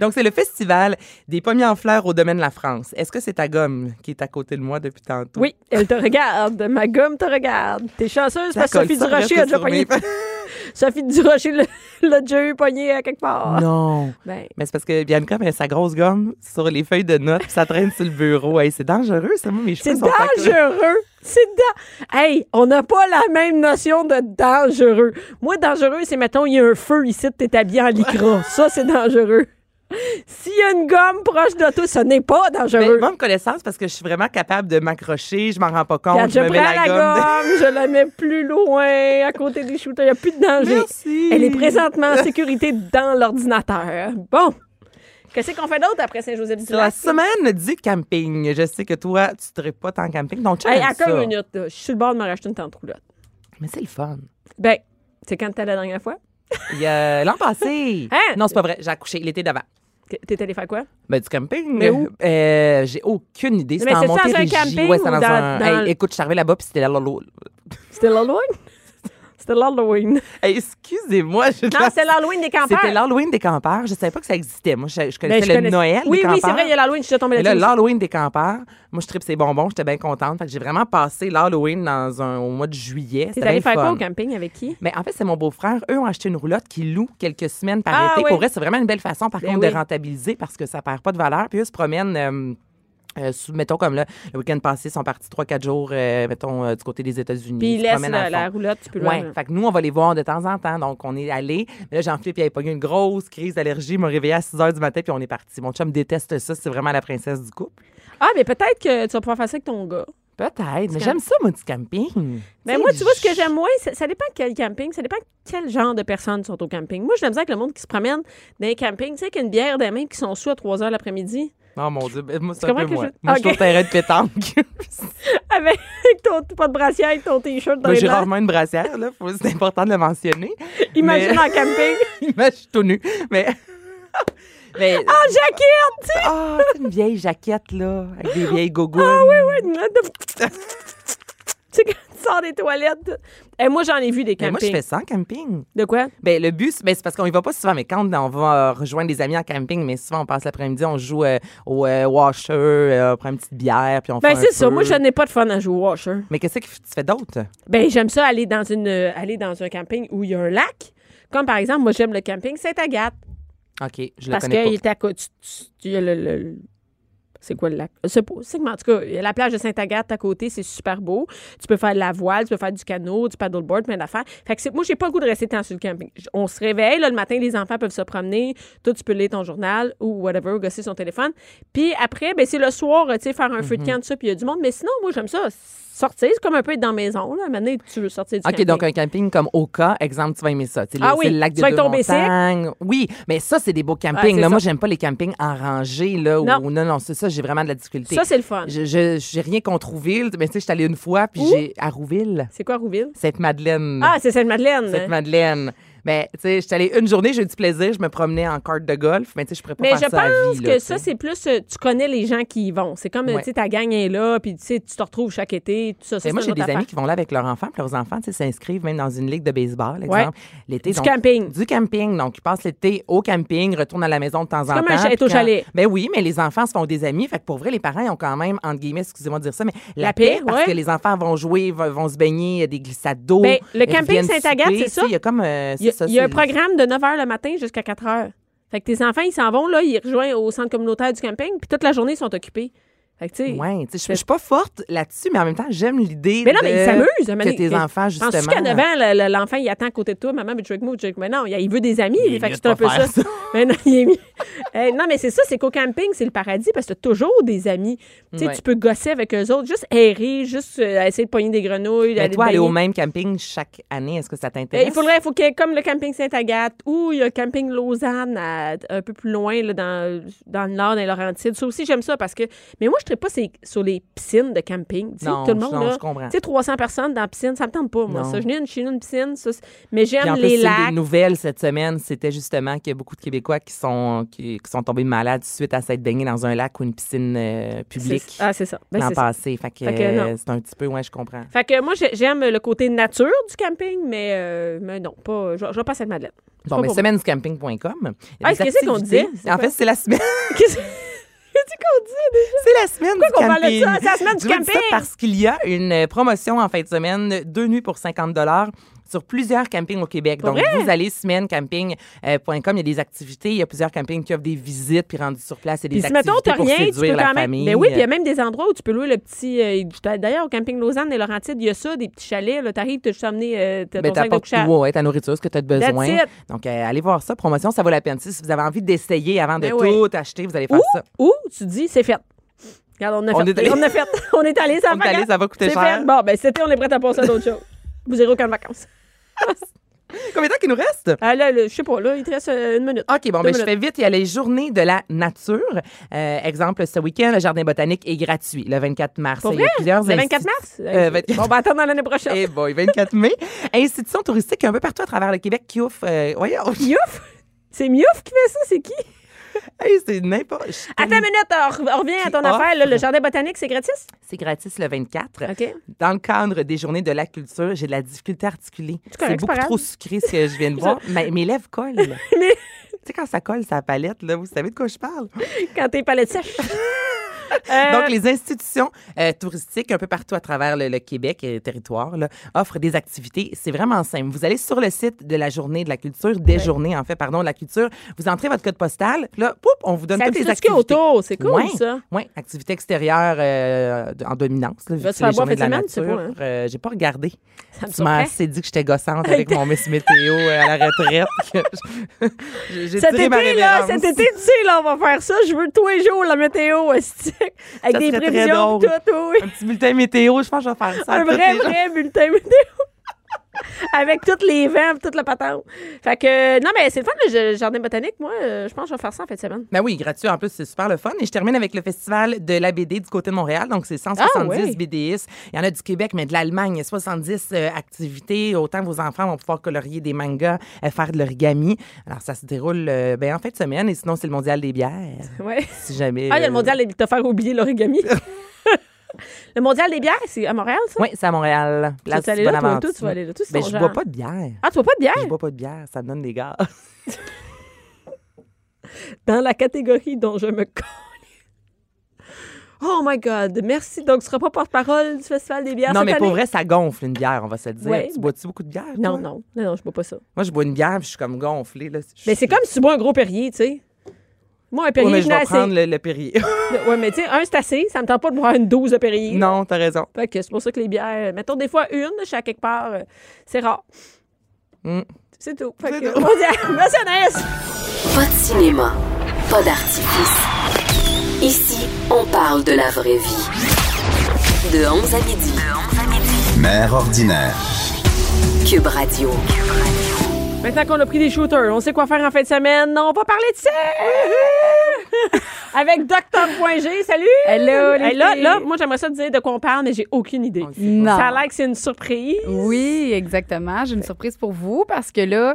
Speaker 5: Donc, c'est le festival des pommiers en fleurs au domaine de la France. Est-ce que c'est ta gomme qui est à côté de moi depuis tantôt?
Speaker 3: Oui, elle te regarde. Ma gomme te regarde. T'es chanceuse
Speaker 5: Ça
Speaker 3: parce que
Speaker 5: colle
Speaker 3: Sophie
Speaker 5: ça, reste
Speaker 3: Durocher a déjà
Speaker 5: sur mes-
Speaker 3: pogné. Sophie Durocher l'a- l'a déjà eu pogné à quelque part.
Speaker 5: Non.
Speaker 3: Ben,
Speaker 5: Mais c'est parce que Bianca met sa grosse gomme sur les feuilles de notes, puis ça traîne sur le bureau. Hey, c'est dangereux, ça, moi, mes cheveux
Speaker 3: c'est
Speaker 5: sont pas clairs.
Speaker 3: dangereux. C'est da... Hey, on n'a pas la même notion de dangereux. Moi, dangereux, c'est mettons, il y a un feu ici, t'es habillé en lycra. Ça, c'est dangereux. S'il y a une gomme proche de toi, ce n'est pas dangereux.
Speaker 5: Mais bonne connaissance parce que je suis vraiment capable de m'accrocher, je m'en rends pas compte,
Speaker 3: Regarde,
Speaker 5: je,
Speaker 3: je
Speaker 5: me
Speaker 3: prends
Speaker 5: mets
Speaker 3: la
Speaker 5: la, gomme. de-
Speaker 3: gomme, je la mets plus loin, à côté du shooter, il n'y a plus de danger.
Speaker 5: Merci.
Speaker 3: Elle est présentement en sécurité dans l'ordinateur. Bon. Qu'est-ce qu'on fait d'autre après
Speaker 5: C'est la
Speaker 3: Saint-Joseph-du-Lac?
Speaker 5: semaine du camping. Je sais que toi, tu ne traites pas tant camping. Donc, check
Speaker 3: Hey, à
Speaker 5: ça.
Speaker 3: une minute, là. je suis sur le bord de me racheter une tente roulotte.
Speaker 5: Mais c'est le fun.
Speaker 3: Ben, c'est quand t'as la dernière fois?
Speaker 5: Il y a- L'an passé.
Speaker 3: Hein?
Speaker 5: Non, c'est pas vrai. J'ai accouché l'été d'avant.
Speaker 3: Que- T'es allé faire quoi?
Speaker 5: Ben, du camping.
Speaker 3: Mais où?
Speaker 5: Euh, j'ai aucune idée. C'était
Speaker 3: Mais
Speaker 5: en
Speaker 3: c'est-tu dans un
Speaker 5: Montérégie.
Speaker 3: camping
Speaker 5: Ouais, c'était
Speaker 3: ou
Speaker 5: dans,
Speaker 3: dans-
Speaker 5: un.
Speaker 3: dans-
Speaker 5: Hey, écoute, je suis arrivée là-bas, puis c'était la lolo.
Speaker 3: C'était l'Halloween? C'était l'Halloween.
Speaker 5: Hey, excusez-moi. je-
Speaker 3: Non, c'est l'Halloween des campeurs.
Speaker 5: C'était l'Halloween des campeurs. Je savais pas que ça existait. Moi, je, je connaissais
Speaker 3: Ben, je
Speaker 5: le
Speaker 3: connais-
Speaker 5: Noël
Speaker 3: Oui,
Speaker 5: des campeurs.
Speaker 3: oui, c'est vrai, il y a l'Halloween, je suis tombée
Speaker 5: Mais là,
Speaker 3: là-dessus.
Speaker 5: l'Halloween des campeurs, moi, je tripe ces bonbons, j'étais bien contente. Fait que j'ai vraiment passé l'Halloween dans un, au mois de juillet.
Speaker 3: T'es
Speaker 5: C'était
Speaker 3: allé
Speaker 5: bien
Speaker 3: faire quoi
Speaker 5: fun.
Speaker 3: au camping avec qui?
Speaker 5: Mais en fait, c'est mon beau-frère. Eux ont acheté une roulotte qu'ils louent quelques semaines par
Speaker 3: Ah
Speaker 5: été.
Speaker 3: oui.
Speaker 5: Pour vrai, c'est vraiment une belle façon, par
Speaker 3: Ben
Speaker 5: contre,
Speaker 3: oui.
Speaker 5: de rentabiliser parce que ça perd pas de valeur. Puis eux se promènent. euh, euh, sous- mettons comme là, le week-end passé, ils sont partis 3-4 jours, euh, mettons, euh, du côté des États-Unis.
Speaker 3: Puis
Speaker 5: Ils
Speaker 3: il
Speaker 5: se
Speaker 3: laisse euh,
Speaker 5: promènent
Speaker 3: la,
Speaker 5: à
Speaker 3: la
Speaker 5: fond.
Speaker 3: roulotte, tu peux le
Speaker 5: Ouais,
Speaker 3: voir.
Speaker 5: fait que nous, on va les voir de temps en temps. Donc, on est allés. Mais là, Jean-Philippe, il avait pogné une grosse crise d'allergie. Il m'a réveillé à 6 h du matin, puis on est parti. Mon chum déteste ça. C'est vraiment la princesse du couple.
Speaker 3: Ah, mais peut-être que tu vas pouvoir faire ça avec ton gars.
Speaker 5: Peut-être. Mais j'aime ça, mon petit camping.
Speaker 3: Ben moi, tu vois, ce que j'aime moins, ça, ça dépend quel camping, ça dépend quel genre de personnes sont au camping. Moi, je l'aime ça avec le monde qui se promène dans les campings, tu sais, avec une bière des mains qui sont sous à 3 heures l'après-midi.
Speaker 5: Oh mon Dieu. Ben, Moi,
Speaker 3: Tu
Speaker 5: c'est un peu
Speaker 3: comprends que
Speaker 5: moi.
Speaker 3: je-
Speaker 5: Moi, je suis
Speaker 3: Ok.
Speaker 5: au terrain de pétanque.
Speaker 3: Avec ton pas de brassière, avec ton t-shirt dans
Speaker 5: Moi,
Speaker 3: les
Speaker 5: j'ai
Speaker 3: mains.
Speaker 5: rarement une brassière, là. Faut- C'est important de le mentionner.
Speaker 3: Imagine
Speaker 5: Mais-
Speaker 3: en camping.
Speaker 5: Imagine, je suis tout nu. Mais. Mais.
Speaker 3: Ah, Jackie! tu
Speaker 5: Ah, c'est une vieille jaquette, là, avec des vieilles gougounes. Ah oui, oui.
Speaker 3: sais, une note de- Tu sais, quand tu sors des toilettes. Et moi, j'en ai vu des
Speaker 5: Mais
Speaker 3: campings.
Speaker 5: moi, je fais ça en camping.
Speaker 3: De quoi?
Speaker 5: Ben, le bus, ben, c'est parce qu'on y va pas souvent, mais quand on va euh, rejoindre des amis en camping, mais souvent on passe l'après-midi, on joue euh, au euh, washer, euh, on prend une petite bière, puis on fait.
Speaker 3: Ben,
Speaker 5: un
Speaker 3: c'est ça.
Speaker 5: feu.
Speaker 3: Moi, je n'ai pas de fun à jouer au washer.
Speaker 5: Mais qu'est-ce que tu fais d'autre?
Speaker 3: Ben, j'aime ça aller dans une euh, aller dans un camping où il y a un lac. Comme par exemple, moi, j'aime le camping Saint-Agathe.
Speaker 5: OK, je le
Speaker 3: Parce
Speaker 5: connais
Speaker 3: qu'il
Speaker 5: pas.
Speaker 3: était à côté. Il y a le. le- le- c'est quoi le lac? Je sais pas. C'est que, mais en tout cas, il y a la plage de Sainte-Agathe à côté, c'est super beau. Tu peux faire de la voile, tu peux faire du canot, du paddleboard, plein d'affaires. Fait que c'est- moi, j'ai pas le goût de rester tant sur le camping. J- On se réveille, là, le matin, les enfants peuvent se promener. Toi, tu peux lire ton journal ou whatever, ou gosser son téléphone. Puis après, ben, c'est le soir, euh, tu sais, faire un feu de
Speaker 5: Mm-hmm.
Speaker 3: camp, tout ça, puis il y a du monde. Mais sinon, moi, j'aime ça. Sortir, c'est comme un peu être dans la maison. Là. Maintenant, tu veux sortir du
Speaker 5: OK,
Speaker 3: camping.
Speaker 5: donc un camping comme Oka, exemple, tu vas aimer ça. C'est le,
Speaker 3: Ah
Speaker 5: c'est
Speaker 3: oui,
Speaker 5: le lac
Speaker 3: tu
Speaker 5: des
Speaker 3: vas
Speaker 5: deux
Speaker 3: tomber sec.
Speaker 5: montagnes. Oui, mais ça, c'est des beaux
Speaker 3: Ouais,
Speaker 5: campings.
Speaker 3: c'est
Speaker 5: là, moi,
Speaker 3: ça.
Speaker 5: j'aime pas les campings en rangée. Là, où-
Speaker 3: Non.
Speaker 5: non, non, c'est ça, j'ai vraiment de la difficulté.
Speaker 3: Ça, c'est le fun.
Speaker 5: Je- je- J'ai rien contre Rouville, mais tu sais, je suis allée une fois, puis
Speaker 3: Où?
Speaker 5: j'ai. À Rouville,
Speaker 3: C'est quoi, Rouville?
Speaker 5: Sainte-Madeleine.
Speaker 3: Ah, c'est Sainte-Madeleine.
Speaker 5: Mmh. Sainte-Madeleine. Mais tu sais, j'étais allée une journée, j'ai eu du plaisir, je me promenais en carte de golf, mais tu sais, je pourrais pas
Speaker 3: Mais
Speaker 5: faire
Speaker 3: je
Speaker 5: ça à
Speaker 3: pense
Speaker 5: vie,
Speaker 3: que
Speaker 5: là, tu
Speaker 3: ça,
Speaker 5: sais.
Speaker 3: c'est plus. euh, Tu connais les gens qui y vont. C'est comme, euh,
Speaker 5: Ouais.
Speaker 3: tu sais, ta gang est là, puis tu sais, tu te retrouves chaque été, tout ça. ça,
Speaker 5: Mais moi,
Speaker 3: c'est
Speaker 5: j'ai
Speaker 3: une
Speaker 5: des
Speaker 3: autre
Speaker 5: amis
Speaker 3: affaire.
Speaker 5: qui vont là avec leurs enfants, puis leurs enfants tu sais, s'inscrivent même dans une ligue de baseball, exemple. L'été,
Speaker 3: Du
Speaker 5: donc,
Speaker 3: camping.
Speaker 5: Du camping. Donc, ils passent l'été au camping, retournent à la maison de temps en temps.
Speaker 3: comme un chalet
Speaker 5: puis
Speaker 3: au
Speaker 5: quand-
Speaker 3: chalet.
Speaker 5: Ben oui, mais les enfants se font des amis. Fait que pour vrai, les parents ils ont quand même, entre guillemets, excusez-moi de dire ça, mais la,
Speaker 3: La
Speaker 5: paix,
Speaker 3: paix,
Speaker 5: parce
Speaker 3: ouais.
Speaker 5: que les enfants vont jouer, vont, vont se baigner, il y a des glissades d'eau.
Speaker 3: Ben, le
Speaker 5: ils
Speaker 3: camping
Speaker 5: viennent
Speaker 3: Sainte-Agathe,
Speaker 5: souper,
Speaker 3: c'est
Speaker 5: tu sais,
Speaker 3: ça?
Speaker 5: Il y a comme. euh,
Speaker 3: Il y a,
Speaker 5: c'est ça,
Speaker 3: il y a un
Speaker 5: c'est-
Speaker 3: programme de 9 h le matin jusqu'à 4 h. Fait que tes enfants, ils s'en vont, là, ils rejoignent au centre communautaire du camping, puis toute la journée, ils sont occupés. Fait que, tu sais.
Speaker 5: Ouais, tu sais, je je suis pas forte là-dessus, mais en même temps, j'aime l'idée.
Speaker 3: Mais non, mais
Speaker 5: de-
Speaker 3: ils s'amusent. à un moment
Speaker 5: Que
Speaker 3: donné.
Speaker 5: tes
Speaker 3: Mais
Speaker 5: enfants, justement. euh,
Speaker 3: Penses-tu qu'à 9 ans, le- le- l'enfant, il attend à côté de toi, maman, mais tu veux avec moi, tu veux avec moi? Non, il veut des amis.
Speaker 5: Il est
Speaker 3: fait que
Speaker 5: mieux
Speaker 3: c'est un
Speaker 5: de
Speaker 3: peu
Speaker 5: pas
Speaker 3: ça.
Speaker 5: faire ça.
Speaker 3: Mais non, il est mieux. Euh, non, mais c'est ça, c'est qu'au camping, c'est le paradis parce que t'as toujours des amis. Tu sais,
Speaker 5: Ouais.
Speaker 3: tu peux gosser avec eux autres, juste errer, juste euh, essayer de pogner des grenouilles.
Speaker 5: Mais
Speaker 3: aller te
Speaker 5: toi, aller au
Speaker 3: baigner.
Speaker 5: même camping chaque année, est-ce que ça
Speaker 3: Euh,
Speaker 5: t'intéresse?
Speaker 3: il faudrait, il faut qu'il y ait comme le camping Sainte-Agathe ou il y a le camping Lausanne à- un peu plus loin, là, dans, dans le nord, dans les Laurentides. Ça aussi, j'aime ça parce que. Mais moi, je ne pas c'est sur les piscines de camping. Tu sais,
Speaker 5: Non,
Speaker 3: tout le monde,
Speaker 5: non,
Speaker 3: là,
Speaker 5: je comprends.
Speaker 3: Tu sais, 300 personnes dans la piscine, ça me tente pas, moi.
Speaker 5: Non.
Speaker 3: Ça, je n'ai une, chez nous une piscine. ça, c'est- mais
Speaker 5: Puis en
Speaker 3: j'aime
Speaker 5: plus,
Speaker 3: les
Speaker 5: une des
Speaker 3: lacs.
Speaker 5: nouvelles cette semaine, c'était justement qu'il y a beaucoup de Québécois qui sont, qui, qui sont tombés malades suite à s'être baignés dans un lac ou une piscine euh, publique
Speaker 3: C'est- Ah, c'est ça. Ben,
Speaker 5: l'an
Speaker 3: c'est ça.
Speaker 5: passé. Fait que,
Speaker 3: Fait que non.
Speaker 5: euh, c'est un petit peu, ouais, je comprends.
Speaker 3: Fait que moi, j'ai- j'aime le côté nature du camping, mais, euh, mais non, pas. Je, je vais pas à Sainte-Madeleine. C'est
Speaker 5: Bon,
Speaker 3: pas
Speaker 5: mais
Speaker 3: pour
Speaker 5: semainescamping.com. il y
Speaker 3: Ah,
Speaker 5: a des
Speaker 3: qu'est-ce qu'on
Speaker 5: activités.
Speaker 3: disait? C'est
Speaker 5: En
Speaker 3: quoi?
Speaker 5: fait, c'est la semaine.
Speaker 3: moi. Qu'est-ce qu'est-ce qu'on dit déjà?
Speaker 5: C'est la semaine
Speaker 3: Pourquoi
Speaker 5: du
Speaker 3: qu'on parle de
Speaker 5: camping.
Speaker 3: ça? C'est la semaine du
Speaker 5: Je vous dis ça
Speaker 3: camping.
Speaker 5: parce qu'il y a une euh, promotion en fin de semaine, deux nuits pour 50 sur plusieurs campings au Québec.
Speaker 3: Pour
Speaker 5: Donc, vous allez semainecamping.com, il y a des activités, il y a plusieurs campings qui offrent des visites, puis rendus sur place, il y a des
Speaker 3: Puis si mettons,
Speaker 5: activités
Speaker 3: t'as
Speaker 5: pour
Speaker 3: rien, tu
Speaker 5: séduire
Speaker 3: peux
Speaker 5: la
Speaker 3: quand même.
Speaker 5: famille. euh.
Speaker 3: Ben oui, puis il y a même des endroits où tu peux louer le petit. euh, j'étais- D'ailleurs, au camping Lausanne et Laurentides, il y a ça, des petits chalets. Là, t'arrives, t'as juste amené euh, t'as
Speaker 5: Ben,
Speaker 3: ton sac de
Speaker 5: t'apportes
Speaker 3: couchage.
Speaker 5: tout, ouais, ta nourriture, ce que tu as de
Speaker 3: That's
Speaker 5: besoin.
Speaker 3: it.
Speaker 5: Donc, euh, allez voir ça. Promotion, ça vaut la peine. Si vous avez envie d'essayer avant de
Speaker 3: Ben oui.
Speaker 5: tout acheter, vous allez faire
Speaker 3: Ou,
Speaker 5: ça.
Speaker 3: ou tu dis, c'est fait. Regarde, on a
Speaker 5: On
Speaker 3: fait.
Speaker 5: est allé-
Speaker 3: On a fait. on est allé, ça
Speaker 5: On est allé, ça va coûter
Speaker 3: C'est
Speaker 5: cher.
Speaker 3: fait. Bon, ben, c'était, on est prêt à passer à d'autres choses. Vous irez aucun vacances.
Speaker 5: Combien de temps qu'il nous reste?
Speaker 3: Ah, là, là, je sais pas, là, il te reste euh, une minute.
Speaker 5: OK, bon,
Speaker 3: Deux
Speaker 5: ben, je
Speaker 3: minutes.
Speaker 5: fais vite. Il y a les journées de la nature. Euh, exemple, ce week-end, le jardin botanique est gratuit, le 24 mars.
Speaker 3: Pour
Speaker 5: Il y a
Speaker 3: vrai?
Speaker 5: plusieurs
Speaker 3: Le 24
Speaker 5: instituts-
Speaker 3: mars?
Speaker 5: Euh, 24
Speaker 3: Bon, ben, attendons l'année prochaine.
Speaker 5: Eh boy, 24 mai. Institutions touristiques un peu partout à travers le Québec qui offrent. euh, voyons,
Speaker 3: Miouf? C'est Miouf qui fait ça? C'est qui?
Speaker 5: hey, c'est n'importe. je suis
Speaker 3: Attends
Speaker 5: tellement-
Speaker 3: une minute, on re- on revient à
Speaker 5: Qui
Speaker 3: ton affaire. là,
Speaker 5: offre?
Speaker 3: le jardin botanique, c'est gratis?
Speaker 5: C'est gratis le 24.
Speaker 3: Ah. OK.
Speaker 5: Dans le cadre des journées de la culture, j'ai de la difficulté à articuler.
Speaker 3: correct, c'est
Speaker 5: C'est
Speaker 3: pas
Speaker 5: beaucoup
Speaker 3: grave.
Speaker 5: trop sucré ce que je viens de voir. Mais mes lèvres collent.
Speaker 3: Mais-
Speaker 5: Tu sais, quand ça colle sa palette, là, vous savez de quoi je parle.
Speaker 3: Quand t'es palette sèche. Euh,
Speaker 5: Donc, les institutions euh, touristiques un peu partout à travers le, le Québec et le territoire là, offrent des activités. C'est vraiment simple. Vous allez sur le site de la journée de la culture, des journées, en fait, pardon, de la culture. Vous entrez votre code postal. puis Là, poup, on vous donne
Speaker 3: Ça
Speaker 5: toutes
Speaker 3: fait
Speaker 5: les
Speaker 3: tout ce qu'il y
Speaker 5: activités.
Speaker 3: a autour. C'est cool,
Speaker 5: Ouais,
Speaker 3: ça.
Speaker 5: ouais, activité extérieure euh, de- en dominance. Là, vu
Speaker 3: Vas-tu
Speaker 5: que c'est
Speaker 3: faire boire
Speaker 5: les journées de la
Speaker 3: cette semaine? Je sais
Speaker 5: nature,
Speaker 3: pas, hein.
Speaker 5: Euh, j'ai pas regardé.
Speaker 3: Ça me
Speaker 5: Tu m'as
Speaker 3: surprend.
Speaker 5: assez dit que j'étais gossante avec mon Miss Météo euh, à la retraite. que je- J'ai
Speaker 3: Cet
Speaker 5: tiré ma
Speaker 3: été, là,
Speaker 5: révérence.
Speaker 3: cet été, tu sais, là, on va faire ça. Je veux tous les jours la météo, esti, avec
Speaker 5: Ça
Speaker 3: des
Speaker 5: serait très
Speaker 3: prévisions pis
Speaker 5: drôle.
Speaker 3: tout, oui.
Speaker 5: Un petit bulletin météo, je pense que je vais faire ça. à
Speaker 3: Un
Speaker 5: tous
Speaker 3: vrai,
Speaker 5: les jours.
Speaker 3: vrai bulletin météo. avec tous les vents pis toute la patente. Fait que, euh, non, mais c'est le fun, le jardin botanique. Moi, euh, je pense que je vais faire ça en fin de semaine.
Speaker 5: Ben oui, gratuit en plus, c'est super le fun. Et je termine avec le festival de la BD du côté de Montréal. Donc, c'est 170
Speaker 3: Ah oui.
Speaker 5: BDistes. Il y en a du Québec, mais de l'Allemagne. Il y a 70 euh, activités. Autant vos enfants vont pouvoir colorier des mangas, euh, faire de l'origami. Alors, ça se déroule euh, ben, en fin de semaine. Et sinon, c'est le mondial des bières.
Speaker 3: Ouais.
Speaker 5: Si jamais.
Speaker 3: Ah, il y a le
Speaker 5: euh,
Speaker 3: mondial de te faire oublier l'origami. le mondial des bières, c'est à Montréal, ça?
Speaker 5: Oui, c'est à Montréal. Place
Speaker 3: Tu vas aller là, toi,
Speaker 5: Bonaventure.
Speaker 3: toi, tu vas aller là. Toi, c'est
Speaker 5: Ben,
Speaker 3: ton
Speaker 5: je
Speaker 3: genre.
Speaker 5: bois pas de bière.
Speaker 3: Ah, tu vois pas de bière?
Speaker 5: Je bois pas de bière, ça me donne des gaz.
Speaker 3: dans la catégorie dont je me connais. Oh my God, merci. Donc, tu seras pas porte-parole du Festival des bières
Speaker 5: non,
Speaker 3: cette
Speaker 5: mais pour
Speaker 3: année?
Speaker 5: vrai, ça gonfle une bière, on va se le dire.
Speaker 3: Ouais, ben
Speaker 5: tu bois-tu beaucoup de bière?
Speaker 3: Non,
Speaker 5: toi?
Speaker 3: non, non, non, je bois pas ça.
Speaker 5: Moi, je bois une bière, puis je suis comme gonflée. Là. Je-
Speaker 3: Mais c'est comme si tu bois un gros Perrier, tu sais. Moi, un Perrier,
Speaker 5: Ouais, Oh, mais
Speaker 3: je
Speaker 5: je
Speaker 3: n'ai
Speaker 5: vais
Speaker 3: assez.
Speaker 5: prendre le, le Perrier.
Speaker 3: Ouais, mais tu sais, un, c'est assez. Ça me tente pas de boire une dose de Perrier.
Speaker 5: non, t'as raison.
Speaker 3: Fait que c'est pour ça que les bières, euh, mettons des fois une, je suis à quelque part, euh, c'est rare.
Speaker 5: Mm.
Speaker 3: C'est tout. Fait
Speaker 5: C'est
Speaker 3: que,
Speaker 5: tout.
Speaker 3: on dit, merci Anaïs!
Speaker 1: Pas de cinéma, pas d'artifice. Ici, on parle de la vraie vie. De 11 à midi.
Speaker 2: Mère ordinaire.
Speaker 1: Cube Radio.
Speaker 3: Maintenant qu'on a pris des shooters, on sait quoi faire en fin de semaine. On va parler de ça. avec Docteur.g. Salut!
Speaker 4: Hello, les
Speaker 3: Hey, là,
Speaker 4: filles.
Speaker 3: là, moi, j'aimerais ça te dire de quoi on parle, mais j'ai aucune idée.
Speaker 5: On le sait
Speaker 6: pas. Non.
Speaker 3: Ça a l'air que c'est une surprise.
Speaker 6: Oui, exactement. J'ai une surprise pour vous parce que là,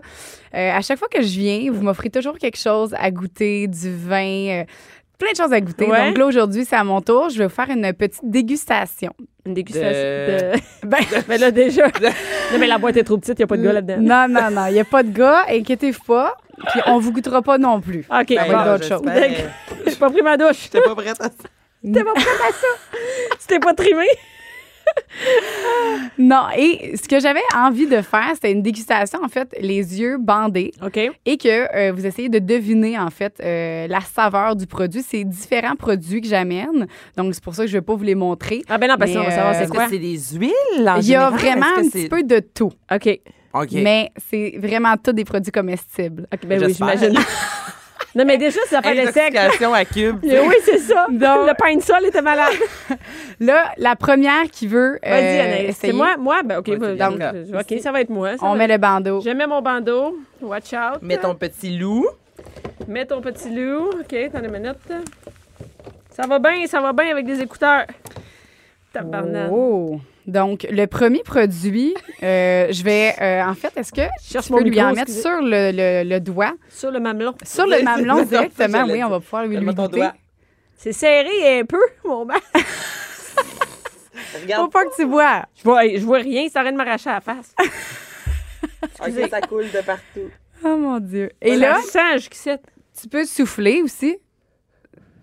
Speaker 6: euh, à chaque fois que je viens, vous m'offrez toujours quelque chose à goûter, du vin, euh, plein de choses à goûter.
Speaker 3: Ouais.
Speaker 6: Donc là, aujourd'hui, c'est à mon tour. Je vais vous faire une petite dégustation.
Speaker 3: Une dégustation
Speaker 5: De-
Speaker 3: de...
Speaker 6: Ben,
Speaker 3: Mais là, déjà... non, mais la boîte est trop petite, il n'y a pas de gars là-dedans.
Speaker 6: non, non, non. Il n'y a pas de gars. Inquiétez-vous pas. Puis on vous goûtera pas non plus.
Speaker 3: OK,
Speaker 5: Ben
Speaker 3: bon,
Speaker 6: là,
Speaker 5: non,
Speaker 6: d'autres choses.
Speaker 5: j'espère.
Speaker 3: j'ai pas pris ma douche.
Speaker 5: J'étais pas prête à ça.
Speaker 3: T'es pas prête à ça? tu t'es pas trimé?
Speaker 6: Non. Et ce que j'avais envie de faire, c'était une dégustation, en fait, les yeux bandés.
Speaker 3: OK.
Speaker 6: et que euh, vous essayez de deviner en fait euh, la saveur du produit. C'est différents produits que j'amène, donc c'est pour ça que je ne vais pas vous les montrer.
Speaker 3: Ah ben non, parce que
Speaker 6: Mais,
Speaker 3: on va savoir
Speaker 6: euh,
Speaker 3: c'est
Speaker 5: Est-ce que
Speaker 3: quoi.
Speaker 5: c'est des huiles en
Speaker 6: Il y a
Speaker 5: général? Est-ce
Speaker 6: vraiment un
Speaker 5: que
Speaker 6: petit
Speaker 5: c'est-
Speaker 6: peu de tout,
Speaker 3: OK.
Speaker 5: OK.
Speaker 6: mais c'est vraiment tous des produits comestibles.
Speaker 3: OK, ben oui,
Speaker 5: J'espère.
Speaker 3: j'imagine. non, mais déjà, ça fait le sec.
Speaker 5: Intoxication à cube. tu sais.
Speaker 3: Oui, c'est ça. Le pain de sol était malade.
Speaker 6: Là, la première qui veut euh,
Speaker 3: Vas-y, Anaïs. C'est
Speaker 6: essayer,
Speaker 3: moi? Moi? Ben, OK.
Speaker 5: Ouais,
Speaker 3: vas-
Speaker 5: c'est bien.
Speaker 3: donc,
Speaker 5: Donc,
Speaker 3: je- OK, ça va être moi. ça
Speaker 6: on
Speaker 3: va
Speaker 6: met
Speaker 3: être-
Speaker 6: le bandeau.
Speaker 3: Je mets mon bandeau. Watch out.
Speaker 5: Mets ton petit loup.
Speaker 3: Mets ton petit loup. OK, attends une minute. Ça va bien, ça va bien avec des écouteurs. Tabarnak.
Speaker 6: Oh. Donc, le premier produit, euh, je vais, euh, en fait, est-ce que
Speaker 3: cherche
Speaker 6: je
Speaker 3: mon
Speaker 6: peux lui
Speaker 3: micro,
Speaker 6: en mettre
Speaker 3: excusez.
Speaker 6: sur le, le- le doigt?
Speaker 3: Sur le mamelon.
Speaker 6: Sur le
Speaker 5: Oui,
Speaker 6: mamelon
Speaker 5: c'est ça,
Speaker 6: directement,
Speaker 5: j'allais
Speaker 6: oui,
Speaker 5: dire.
Speaker 6: on va pouvoir lui,
Speaker 5: Mets
Speaker 6: lui
Speaker 5: ton
Speaker 6: goûter.
Speaker 5: doigt.
Speaker 3: C'est serré un peu, mon masque.
Speaker 6: Faut
Speaker 5: Regarde.
Speaker 6: pas que tu vois.
Speaker 3: Je vois, je vois rien, ça arrête de m'arracher à la face.
Speaker 5: OK, ça coule de partout.
Speaker 6: Oh mon Dieu. Et là,
Speaker 3: Ça sent jusqu'ici.
Speaker 6: Tu peux souffler aussi.